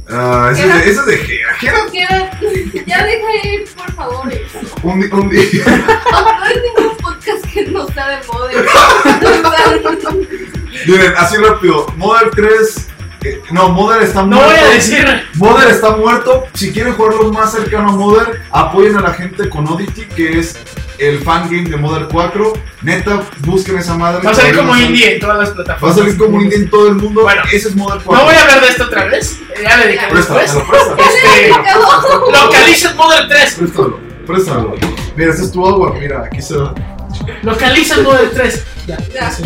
Ah, ese es de- ese es de Gera. Gera, Queda- Ya deja ir, por [laughs] favor. eso. un di- [laughs] un día. Ojalá tenga un podcast que no está de [laughs] modder. Miren, así rápido. Modern 3. eh, no, Modern está No muerto. voy a decir. Modern está muerto. Si quieren jugarlo más cercano a Modern, apoyen a la gente con Oddity, que es el fangame de Modern 4. Neta, busquen esa madre. Va a salir como Va indie en todas las plataformas. Va a salir como indie en todo el mundo. Bueno, Ese es Modern 4. No voy a hablar de esto otra vez. eh, Ya le dije Préstalo, después. préstalo, préstalo. Este. [laughs] Localiza Model 3. Préstalo, préstalo. Mira, este es tu agua. Mira, aquí se va. Localiza el Model 3. Ya. Ya. sí.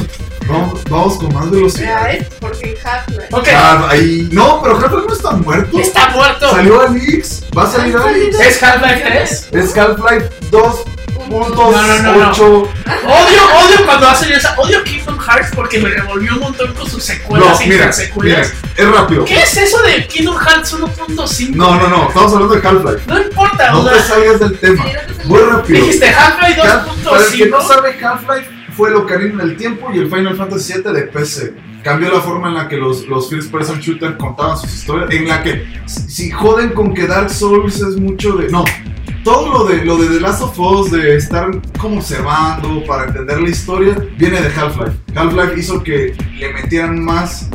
Vamos, vamos con más Ya, velocidad. es por fin Half-Life. Ok. Ah, ahí. No, pero Half-Life no está muerto. Está muerto. Salió Alex. Va a salir Ah, Alex. ¿Es Half-Life 3? Es Half-Life 2.8. No, no, no, Odio, odio cuando hacen esa. Odio Kingdom Hearts porque me revolvió un montón con sus secuelas No, y mira, sus mira, secuelas. es rápido. ¿Qué es eso de Kingdom Hearts 1.5? No, no, no, estamos hablando de Half-Life. No importa, No o te sea, salgas del tema. Sí, no te salgas. Muy rápido. dijiste Half-Life Half- Para el que no 2.5. sabe, Half-Life fue lo que en el tiempo y el Final Fantasy VII de PC. Cambió la forma en la que los, los first person shooter contaban sus historias. En la que, si, si joden con que Dark Souls es mucho de. No, todo lo de, lo de The Last of Us, de estar como observando para entender la historia, viene de Half-Life. Half-Life hizo que le metieran más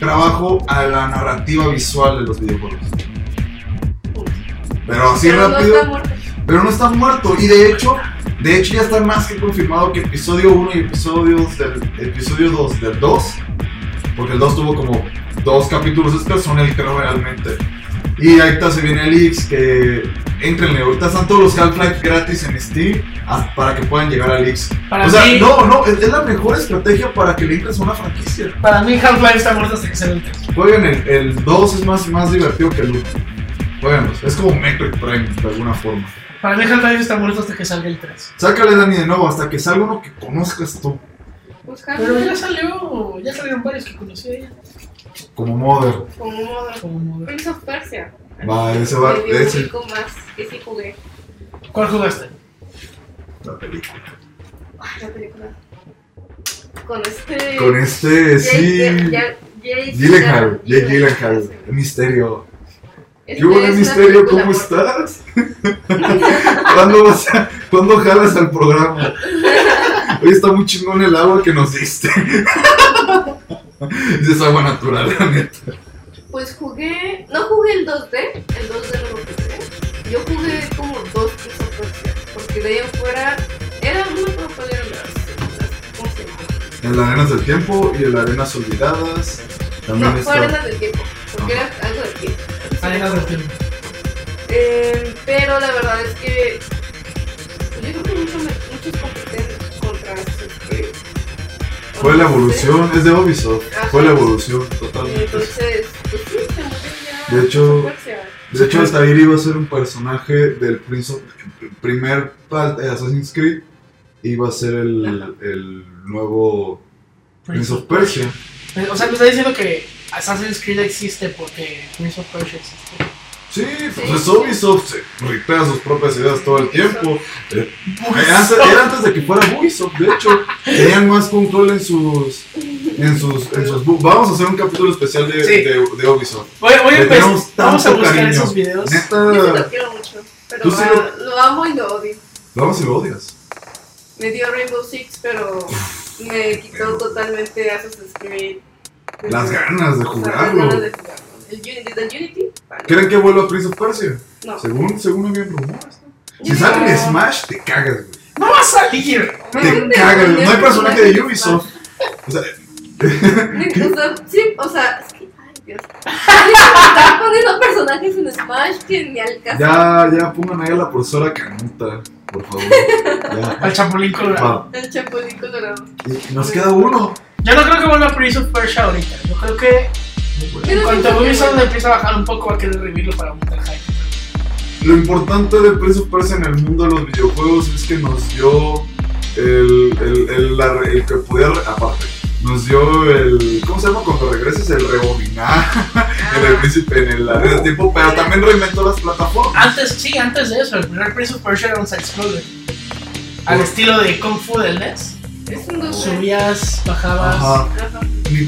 trabajo a la narrativa visual de los videojuegos. Pero así Pero no rápido. está muerto. Pero no está muerto. Y de hecho, de hecho ya está más que confirmado que episodio 1 y episodios del, episodio 2 del 2. Porque el 2 tuvo como dos capítulos extras, son el 3 realmente. Y ahí está, se viene el X, que entrenle. Ahorita están todos los Half-Life gratis en Steam ah, para que puedan llegar al X. Para o sea, mí, no, no, es, es la mejor estrategia para que le entres a una franquicia. para mí Half-Life está muerto hasta que sea el 3. Jueguen el, el 2, es más, más divertido que el 1. Jueguenlos, es como Metroid Prime de alguna forma. Para mí Half-Life está muerto hasta que salga el 3. Sácale Dani de nuevo hasta que salga uno que conozcas tú, Pues Pero ya Half-Life salió, ya salieron varios que conocí de ella. como Mother. como modder. Como Modern. Prince of Persia. Va, ese va, Me dio un ese pico más que sí jugué. ¿Cuál jugaste? la película. Ay, la película. Con este. Con este, Jake- sí. Jake- Jake Gyllenhaal, Jake Gyllenhaal. Gyllenhaal, el misterio. Es- Yo, Este es el una misterio, película ¿cómo muy- estás? [laughs] ¿Cuándo vas a, cuándo jalas al programa? Hoy está muy chingón el agua que nos diste. [laughs] Es agua natural, la neta. Pues jugué. No jugué el 2D. El 2D no lo jugué. Yo jugué como dos Prince of Persia. Porque de ahí afuera. Era muy propaganda. ¿Cómo se llama? En las arenas del tiempo y en las arenas olvidadas. También No, está. fue Arenas del Tiempo. Porque era algo del tiempo. Arenas Ah, del tiempo. Eh, pero la verdad es que pues yo creo que muchos, muchos compiten contra este, Fue la evolución, es de Ubisoft. Ajá. Fue la evolución, totalmente. Entonces, pues sí, se murió ya. De hecho, Persia. De hecho, Altair iba a ser un personaje del Prince of- primer pa- eh, Assassin's Creed. Iba a ser Ajá. el, el nuevo Prince of Persia. Eh, O sea, me está diciendo que Assassin's Creed existe porque Prince of Persia existe. Sí, Sí. pues Ubisoft se ripea sus propias ideas todo el tiempo. Eh, era antes- era antes de que fuera Ubisoft, de hecho, tenían más control en sus. En sus, en sus bu- Vamos a hacer un capítulo especial de, Sí. de, de Ubisoft. Voy, voy a Le empezar. tenemos tanto pues, Vamos a buscar cariño. ¿Eh? esos videos. Yo sí lo Neta, quiero mucho, pero Tú sí ah, lo- lo... amo y lo odio. vamos si lo odias. Me dio Rainbow Six, pero me quitó totalmente Assassin's Creed. Las ganas de O sea, las ganas jugarlo. de jugarlo. El Unity, del Unity, vale. ¿Creen que vuelva Prince of Persia? No. Según, según habían rumores. ¿no? Si Yo sale en digo, Smash, te cagas, güey. No va a salir. Te cagas, no hay personaje de Ubisoft. O sea, O sea, sí, o sea, es que, ay Dios. Están poniendo personajes en Smash que ni al caso. ya, ya pongan ahí a la profesora Canuta, por favor. Ya. Al Chapulín Colorado. Va. El Chapulín Colorado. Y nos queda uno. Yo no creo que vuelva a Prince of Persia ahorita. Yo creo que en cuanto Ubisoft le empiece a bajar un poco, va a querer revivirlo para aumentar el hype. Lo importante de Prince of Persia en el mundo de los videojuegos es que nos dio el, el, el, la- el que pudiera, aparte, nos dio el, ¿cómo se llama? Cuando regreses, el rebobinar [laughs] en el príncipe en el área de tiempo, pero también reinventó las plataformas. Antes, sí, antes de eso, el primer Prince of Persia era un side-scroller. Al estilo de Kung Fu del NES. Es un dos. Subías, bajabas. Ajá. Ajá. Mi,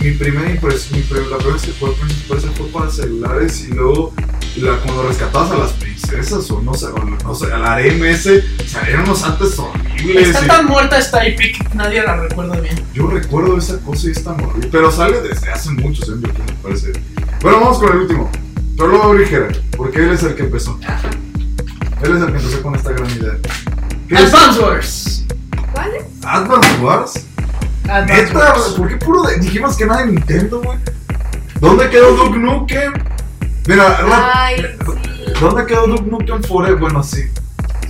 mi primera impresión, mi prim- la primera vez que jugué Prince of Persia fue para celulares y luego la, cuando rescatabas a las princesas o no sé, o, no sé, al harem ese, salieron unos antes horribles. Está y- tan muerta esta IP que nadie la recuerda bien. Yo recuerdo esa cosa y esta morrilla. Pero sale desde hace muchos años, me parece. Bueno, vamos con el último. Pero luego abrí Gerard, porque él es el que empezó. Ajá. Él es el que empezó con esta gran idea. ¿Qué es? Advance Wars. ¿Cuál es? ¿Advance Wars? Advance ¿Neta? Wars. ¿Por qué puro de- dijimos que nada de Nintendo, güey? ¿Dónde quedó Duke Nukem? Mira, ra- Ay, sí. ¿dónde quedó Duke Nukem Forever? Bueno, sí.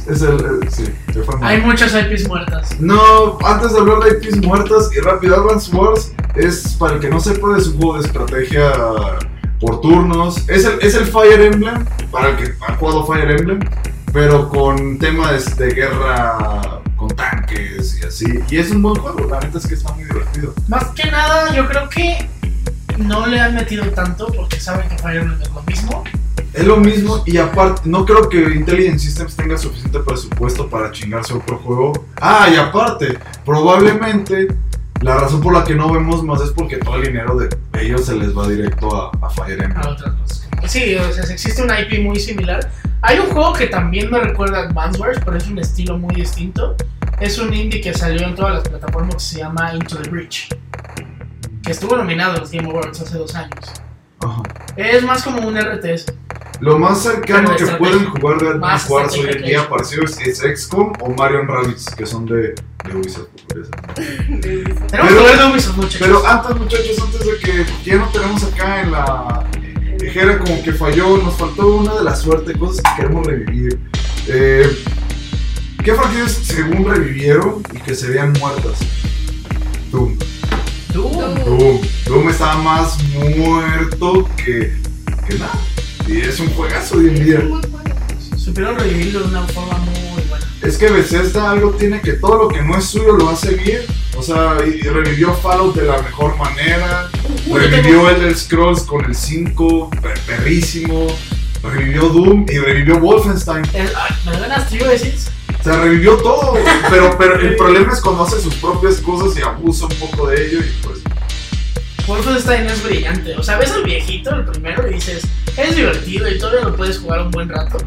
Es el. eh, sí, se fue mal. Hay muchas IPs muertas. No, antes de hablar de IPs muertas y rápido, Advance Wars es, para el que no sepa, es un juego de estrategia por turnos. Es el, es el Fire Emblem, para el que ha jugado Fire Emblem, pero con temas de guerra, con tanques y así. Y es un buen juego, la neta es que está muy divertido. Más que nada, yo creo que no le han metido tanto porque saben que Fire Emblem es lo mismo. Es lo mismo y aparte, no creo que Intelligent Systems tenga suficiente presupuesto para chingarse otro juego. Ah, y aparte, probablemente la razón por la que no vemos más es porque todo el dinero de ellos se les va directo a, a Fire a Emblem. otras cosas. Sí, o sea, existe una IP muy similar. Hay un juego que también me recuerda a Advance Wars, pero es un estilo muy distinto. Es un indie que salió en todas las plataformas que se llama Into the Breach, que estuvo nominado a los Game Awards hace dos años. Ajá. Es más como un RTS. Lo más cercano Pero que estrategia. pueden jugar de Advance Más Wars hoy estrategia en que día eso. parecido es- es XCOM o Marion Rabbits, que son de, de Ubisoft. por eso. De Ubisoft. Tenemos que Pero- hablar de Ubisoft, muchachos. Pero antes, muchachos, antes de que ya no tenemos acá en la. Dijera como que falló, nos faltó una de la suerte, cosas que queremos revivir. Eh, ¿Qué franquicias según revivieron y que se vean muertas? Doom. Doom. Doom. Doom. Doom estaba más muerto que, que nada. Y es un juegazo de hoy en Es día. un buen juego. supieron revivirlo de una forma muy buena. Es que Bethesda algo tiene que todo lo que no es suyo lo hace bien. O sea, y y revivió Fallout de la mejor manera. Revivió Elder Scrolls con el 5, per- perrísimo. Revivió Doom y revivió Wolfenstein. Es- ay, me ganas, tío, decís. O sea, revivió todo. Pero, pero el problema es cuando hace sus propias cosas y abusa un poco de ello. Y pues, Wolfenstein es brillante. O sea, ves al viejito, el primero, y dices, es divertido y todavía lo puedes jugar un buen rato.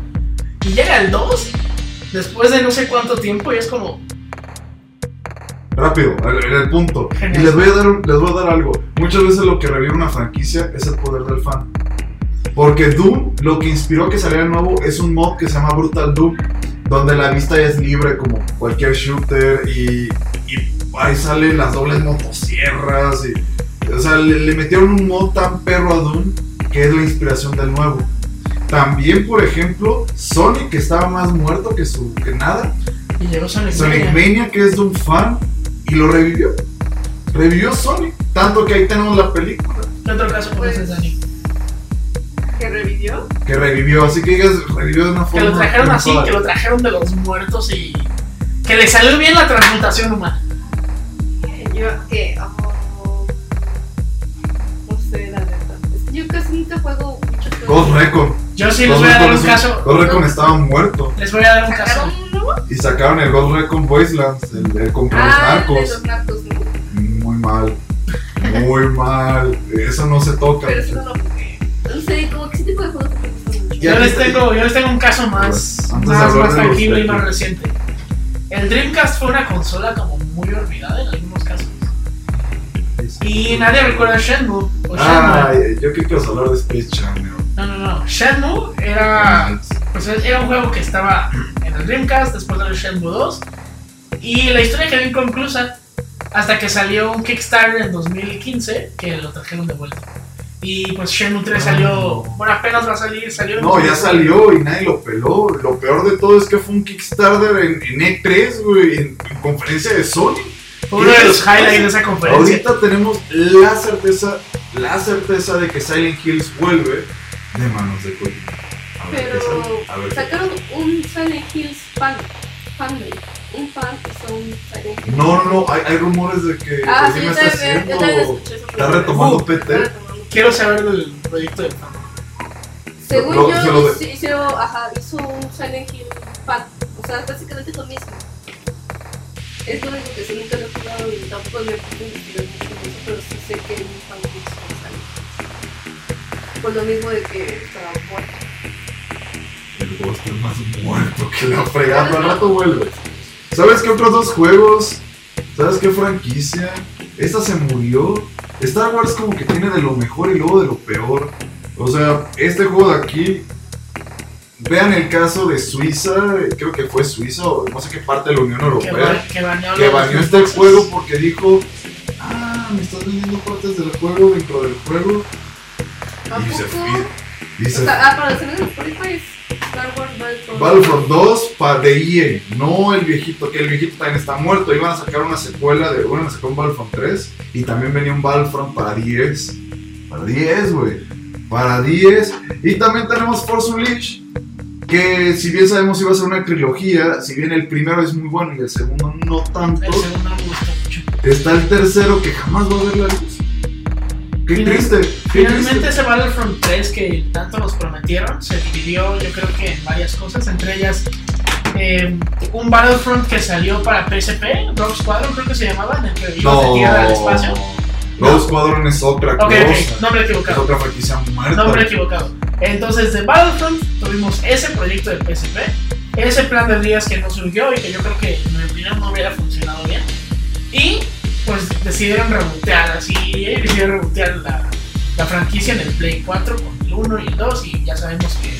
Y llega el 2, después de no sé cuánto tiempo, y es como, rápido, en el, el punto. Y Genial. les voy, a dar, un- les voy a dar algo. Muchas veces lo que revive una franquicia es el poder del fan. Porque Doom, lo que inspiró que saliera nuevo es un mod que se llama Brutal Doom, donde la vista ya es libre como cualquier shooter y, y ahí salen las dobles motosierras. Y, o sea, le, le metieron un mod tan perro a Doom que es la inspiración del nuevo. También, por ejemplo, Sonic estaba más muerto que, su, que nada. y llegó Sonic. Sonic Mania. Mania, que es de un fan, y lo revivió. Revivió Sonic, tanto que ahí tenemos la película ¿Qué otro caso pues, conoces, Dani? Que revivió. que revivió. Así que digas, revivió de una Que forma. lo trajeron así, triunfal. que lo trajeron de los muertos y. Que le salió bien la transmutación humana. Yo, eh, oh, no sé, la verdad. Es que yo casi nunca juego muchos juegos. Ghost Recon. Yo sí les Ghost voy a dar Recon un es- caso. Ghost Recon estaba muerto. Les voy a dar un caso. ¿Sacaron un nuevo? Y sacaron el Ghost Recon Wastelands, el, el contra Ah, el los de narcos. los narcos, ¿no? Muy mal. Muy mal. Eso no se toca. Pero eso muchachos. no lo jugué. No sé, como que ese tipo de juegos no me gustan mucho. Y Yo aquí les, está- tengo, yo les tengo un caso más, Pues, antes de más, hablar más de los tangible y de- más reciente. El Dreamcast fue una consola como muy olvidada en algunos casos. Y nadie recuerda Shenmue. O Shenmue. Ay, yo creo que vas a hablar de Space Channel. No, no, no. Shenmue era, pues, era un juego que estaba en el Dreamcast, después de Shenmue 2. Y la historia quedó inconclusa hasta que salió un Kickstarter en 2015 que lo trajeron de vuelta. Y pues Shenmue 3 salió, bueno, apenas va a salir, salió. en Ah. No, ya 2015. salió y nadie lo peló. Lo peor de todo es que fue un Kickstarter en, en E3, güey, en, en conferencia de Sony. Fue uno de los highlights de esa conferencia. Ahorita tenemos la certeza, la certeza de que Silent Hills vuelve de manos de Kojima. A ver qué sale, a ver Pero qué sacaron un Silent Hills fan. Fanmade. Un fan que son Silent Hills. No, no, no, hay, hay rumores de que Ah, sí, Kojima yo está también, yo también haciendo. escuché eso. Está retomando Uh, PT. Está retomando. Quiero saber del proyecto de fan. Según Lo- yo, se lo- hizo, hizo- ajá, hizo un Silent Hill fan. O sea, básicamente es lo mismo. Es lo único que sé, nunca lo he jugado y tampoco me puse a investigar mucho de eso, pero sí sé que es un fan que hizo un Silent Hill. Por lo mismo de que estaba muerto. El Ghost es más muerto que la fregada. pero Al rato vuelve. ¿Sabes qué otros dos juegos? ¿Sabes qué franquicia? Esta se murió. Star Wars como que tiene de lo mejor y luego de lo peor. O sea, este juego de aquí. Vean el caso de Suiza, creo que fue Suiza o no sé qué parte de la Unión Que, Europea, ba- que baneó, que los- baneó este juego porque dijo, ah, me estás vendiendo partes del juego dentro del juego. Y se ¿Tampoco? fue- y O se sea, ah, para los amigos de Spotify es Star Wars Battlefront. Battlefront 2 para de EA, no el viejito, que el viejito también está muerto. Iban a sacar una secuela de. Bueno, sacó un Battlefront 3 y también venía un Battlefront para 10. Para 10, güey. Para 10. Y también tenemos Force Unleashed, que si bien sabemos iba a ser una trilogía, si bien el primero es muy bueno y el segundo no tanto, El segundo me gustó mucho. está el tercero que jamás va a ver la luz. Qué Final- triste, qué Finalmente triste. ese Battlefront 3 que tanto nos prometieron se dividió yo creo que en varias cosas, entre ellas eh, un Battlefront que salió para PSP, Rogue Squadron creo que se llamaba, en el que ibas de No. tierra al espacio. Los cuadrones otra Ok, cosa. ok, nombre Es equivocado, otra franquicia muerta. nombre equivocado. Entonces de Battlefront tuvimos ese proyecto de PSP, ese plan de días que no surgió y que yo creo que en mi opinión no hubiera funcionado bien. Y pues decidieron rebotear así, eh, decidieron rebotear la, la franquicia en el Play 4 con el 1 y el 2 y ya sabemos que...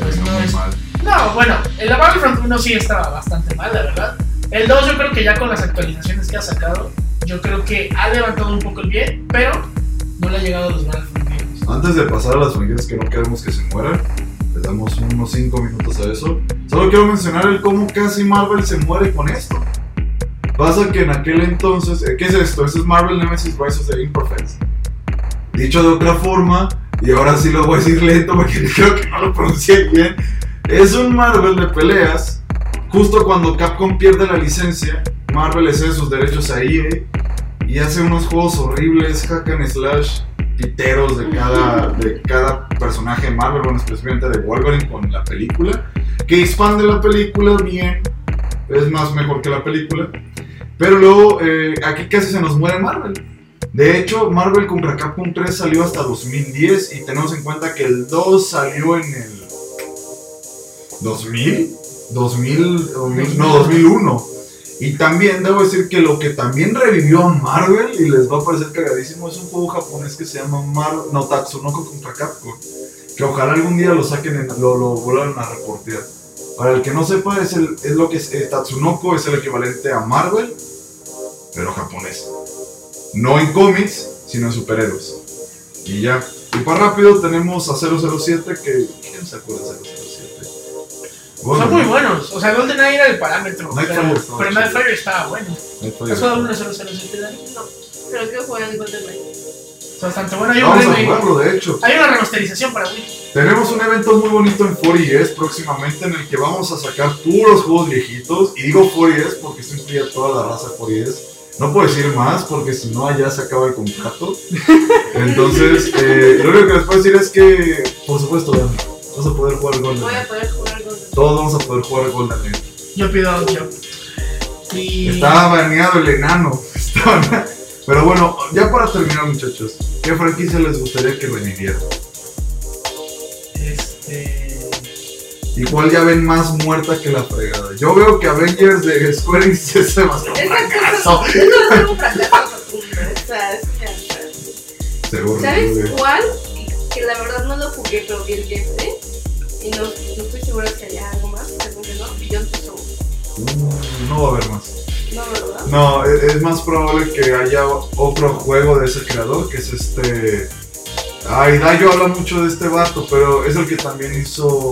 Pues no muy es- mal. No, bueno, el de Battlefront 1 sí estaba bastante mal, la verdad. El 2 yo creo que ya con las actualizaciones que ha sacado, yo creo que ha levantado un poco el bien, pero no le ha llegado a los Battlefront viejos. Antes de pasar a las franquicias que no queremos que se mueran, les damos unos 5 minutos a eso. Solo quiero mencionar el cómo casi Marvel se muere con esto. Pasa que en aquel entonces, eh, ¿qué es esto? Eso es Marvel Nemesis Rise of the Imperfects. Dicho de otra forma, y ahora sí lo voy a decir lento porque [laughs] creo que no lo pronuncié bien, es un Marvel de peleas. Justo cuando Capcom pierde la licencia, Marvel cede sus derechos a EA y hace unos juegos horribles, hack and slash, piteros de cada, de cada personaje de Marvel, bueno, especialmente de Wolverine con la película, que expande la película bien, es más mejor que la película, pero luego eh, aquí casi se nos muere Marvel. De hecho, Marvel contra Capcom 3 salió hasta 2010 y tenemos en cuenta que el 2 salió en el... ¿2000? 2000, 2000, no, 2001. Y también debo decir que lo que también revivió a Marvel y les va a parecer cagadísimo es un juego japonés que se llama Mar no, Tatsunoko contra Capcom. Que ojalá algún día lo saquen, en- lo, lo vuelvan a reportear. Para el que no sepa, es, el, es lo que es, eh, Tatsunoko es el equivalente a Marvel, pero japonés. No en cómics, sino en superhéroes. Y ya. Y para rápido tenemos a 007 que... ¿Quién se acuerda de 007? Son muy buenos. O sea, GoldenEye era el parámetro. Night Fire pero estaba pero chido. Nightfire estaba bueno. ¿Has jugado alguna 007 Dani? No, pero quiero jugar al Golden Es bastante bueno. Hay, un Vamos a remake. jugarlo, de hecho. hay una remasterización para Wii. Tenemos un evento muy bonito en 4ES próximamente en el que vamos a sacar puros juegos viejitos. Y digo 4ES porque esto incluye a toda la raza de 4ES. No puedo decir más porque si no allá se acaba el [laughs] contrato. Entonces, eh, lo único que les puedo decir es que, por supuesto, Dan, vas a poder jugar Golden. Voy a Age. poder jugar Golden. Todos vamos a poder jugar Golden. Age. Yo pido yo. Y. Estaba baneado el enano. [laughs] Estaba- Pero bueno, ya para terminar, muchachos, ¿qué franquicia les gustaría que reviviera? Este. Igual ya ven más muerta que la fregada. Yo veo que Avengers de Square Enix es demasiado fracaso. Eso es un fracaso rotundo. O sea, es que hasta- Seguro. ¿Sabes güey. cuál? Que la verdad no lo jugué, pero vi el gameplay. Y no, no estoy segura si había algo más. Según que no, Beyond Two Souls. Mm, No va a haber más. No, ¿verdad? No, e- es más probable que haya otro juego de ese creador, que es este... Ay, Dayo habla mucho de este vato, pero es el que también hizo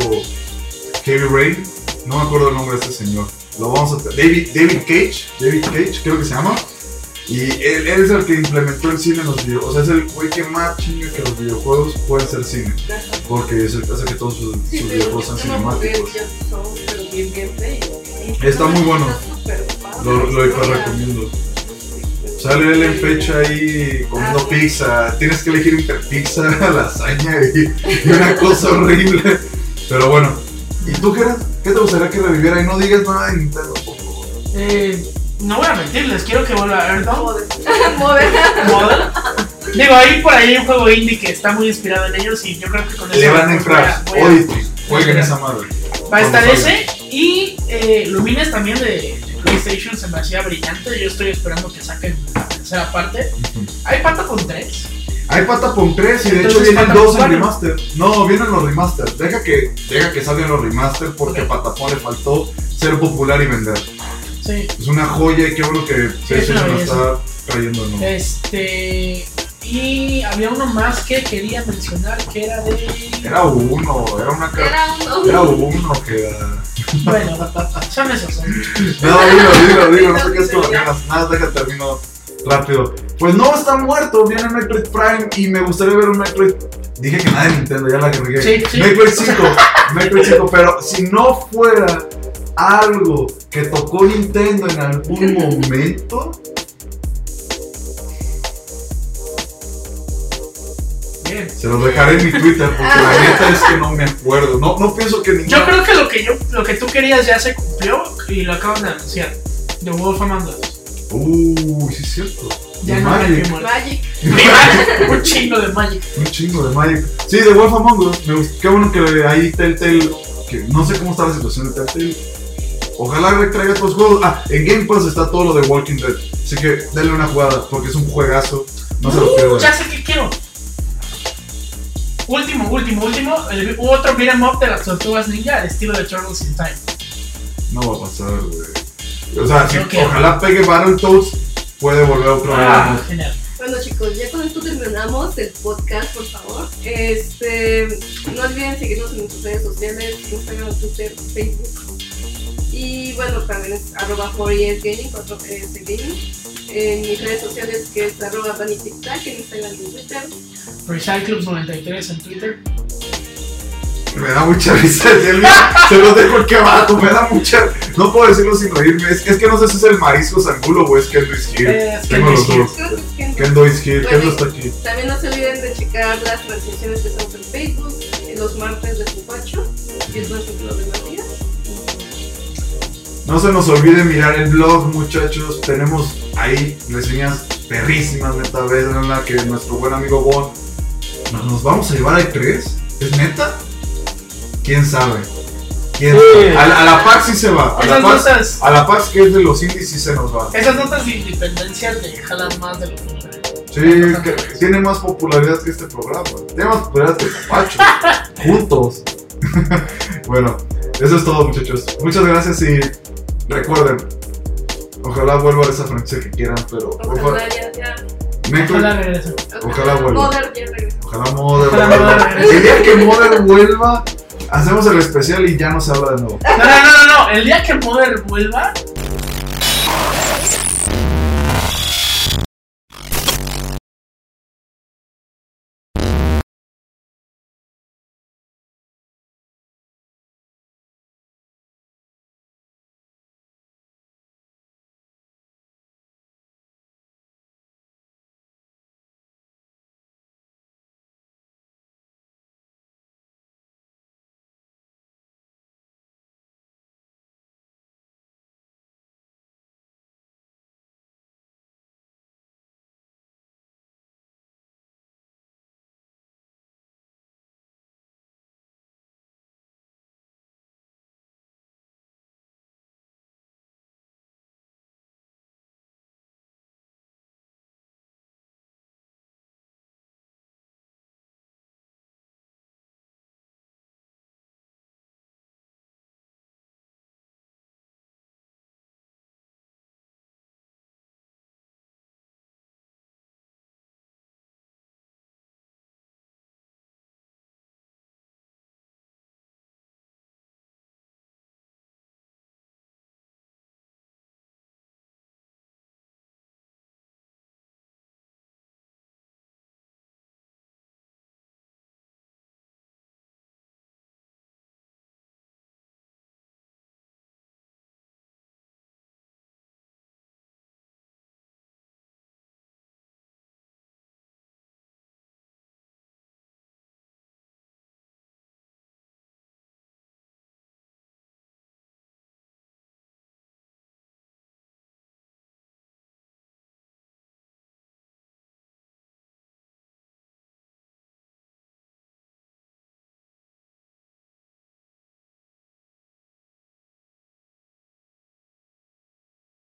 Heavy Rain. No me acuerdo el nombre de este señor. Lo vamos a... David, David Cage. David Cage, creo que se llama. Y él, él es el que implementó el cine en los videojuegos. O sea, es el güey que más chinga que los videojuegos pueden ser cine. Ajá. Porque es el que hace que todos sus, Sí, sus pero videojuegos sean yo no jugué cinemáticos. Beyond Two Souls, pero vi el gameplay. y- Está muy bueno. Está súper padre. Lo, lo hiper Ahora, recomiendo. Sale él en fecha ahí comiendo Ah, sí. pizza. Tienes que elegir entre pizza, [laughs] lasaña y, y una cosa horrible. Pero bueno. ¿Y tú, Gerard? ¿Qué te gustaría que reviviera? Y no digas nada de Nintendo, por favor. Eh, no voy a mentirles, quiero que vuelva a [laughs] Earthbound Joder. Mover. Model. Digo, hay por ahí un juego indie que está muy inspirado en ellos y yo creo que con eso. Le van a voy entrar. voy a- Odyssey. pues, Jueguen esa madre. Va a estar Cuando ese y eh, Lumines también de, de PlayStation se me hacía brillante. Yo estoy esperando que saquen la tercera parte. Hay pata con tres. Hay pata con 3 y de Entonces, hecho vienen Patapon dos en cuatro. remaster. No, vienen los remaster. Deja que, deja que salgan los remaster porque a Ok. Patapon le faltó ser popular y vender. Sí. Es una joya y qué bueno que PlayStation lo belleza. está trayendo, ¿no? Este. Y había uno más que quería mencionar que era de. Era uno, era una carta. Era un hombre. Era uno que era. Bueno, son esos. ¿eh? son- No, dilo, dilo, dilo, no sé qué es con las ganas. Nada, deja termino rápido. Pues no, está muerto, viene Metroid Prime y me gustaría ver un Metroid. Dije que nada de Nintendo, ya la agregué. Sí, sí. Metroid 5, Metroid 5, pero si no fuera algo que tocó Nintendo en algún momento. Bien. Se los dejaré en mi Twitter porque la neta es que no me acuerdo. No, no pienso que Yo ninguna creo que lo que yo, lo que tú querías ya se cumplió y lo acaban de anunciar. The Wolf Among Us. Uy, sí es cierto. Ya Y no hay Magic. que morir. Magic. [laughs] Magic, Un chingo de Magic. Un chingo de Magic. Sí, de Wolf Among Us. Me gustó. Qué bueno que ahí Telltale. Que no sé cómo está la situación de Telltale. Ojalá retraiga otros juegos. Ah, en Game Pass está todo lo de Walking Dead. Así que denle una jugada porque es un juegazo. No se lo Uh, pierdan. ya sé qué quiero. Último, último, último. El, otro beat 'em up de las tortugas ninja al estilo de Turtles in Time. No va a pasar, güey. O sea, si Ok. ojalá pegue Battletoads, puede volver otra vez. Ah, genial. Bueno chicos, ya con esto terminamos el podcast, por favor. Este, no olviden seguirnos en nuestras redes sociales, Instagram, Twitter, Facebook. Y bueno, también es arroba 4 gaming, 4 gaming. En mis redes sociales que es arroba Dani Tic Tac, en Instagram y en Twitter. Recyclubs93 en Twitter. Me da mucha risa el Elvin. Se los dejo el que vato. Me da mucha. No puedo decirlo sin reírme. Es, es que no sé si es el marisco sangulo o es Kendo is Eh, here. es Tengo Kendo is los dos. here. Creo que es que no. Kendo is here. Bueno, Kendo y- está aquí. También no se olviden de checar las transmisiones que estamos en Facebook, eh, los martes de Pupacho, que es nuestro club de Matías. No se nos olvide mirar el blog, muchachos. Tenemos ahí reseñas perrísimas, neta, vez en la que nuestro buen amigo Bon nos, nos vamos a llevar a E3. ¿Es neta? ¿Quién sabe? ¿Quién Sí. sabe? A, la- a la PAX sí se va. A la, Esas PAX, notas, a la PAX que es de los indies sí se nos va. esas notas de independencia te jalan más de lo que Sí, que- tiene más popularidad que este programa. Tiene más popularidad que [laughs] Pacho. Juntos. [laughs] bueno, eso es todo, muchachos. Muchas gracias y recuerden. Ojalá vuelva a esa franquicia que quieran, pero Ojalá ya, ya. Metroid, Ojalá regrese. Ojalá vuelva. Mother ya regresó. ojalá Mother Ojalá Mother vuelva. regrese. El día que Mother vuelva, hacemos el especial y ya no se habla de nuevo. No, no, no, no, no. El día que Mother vuelva,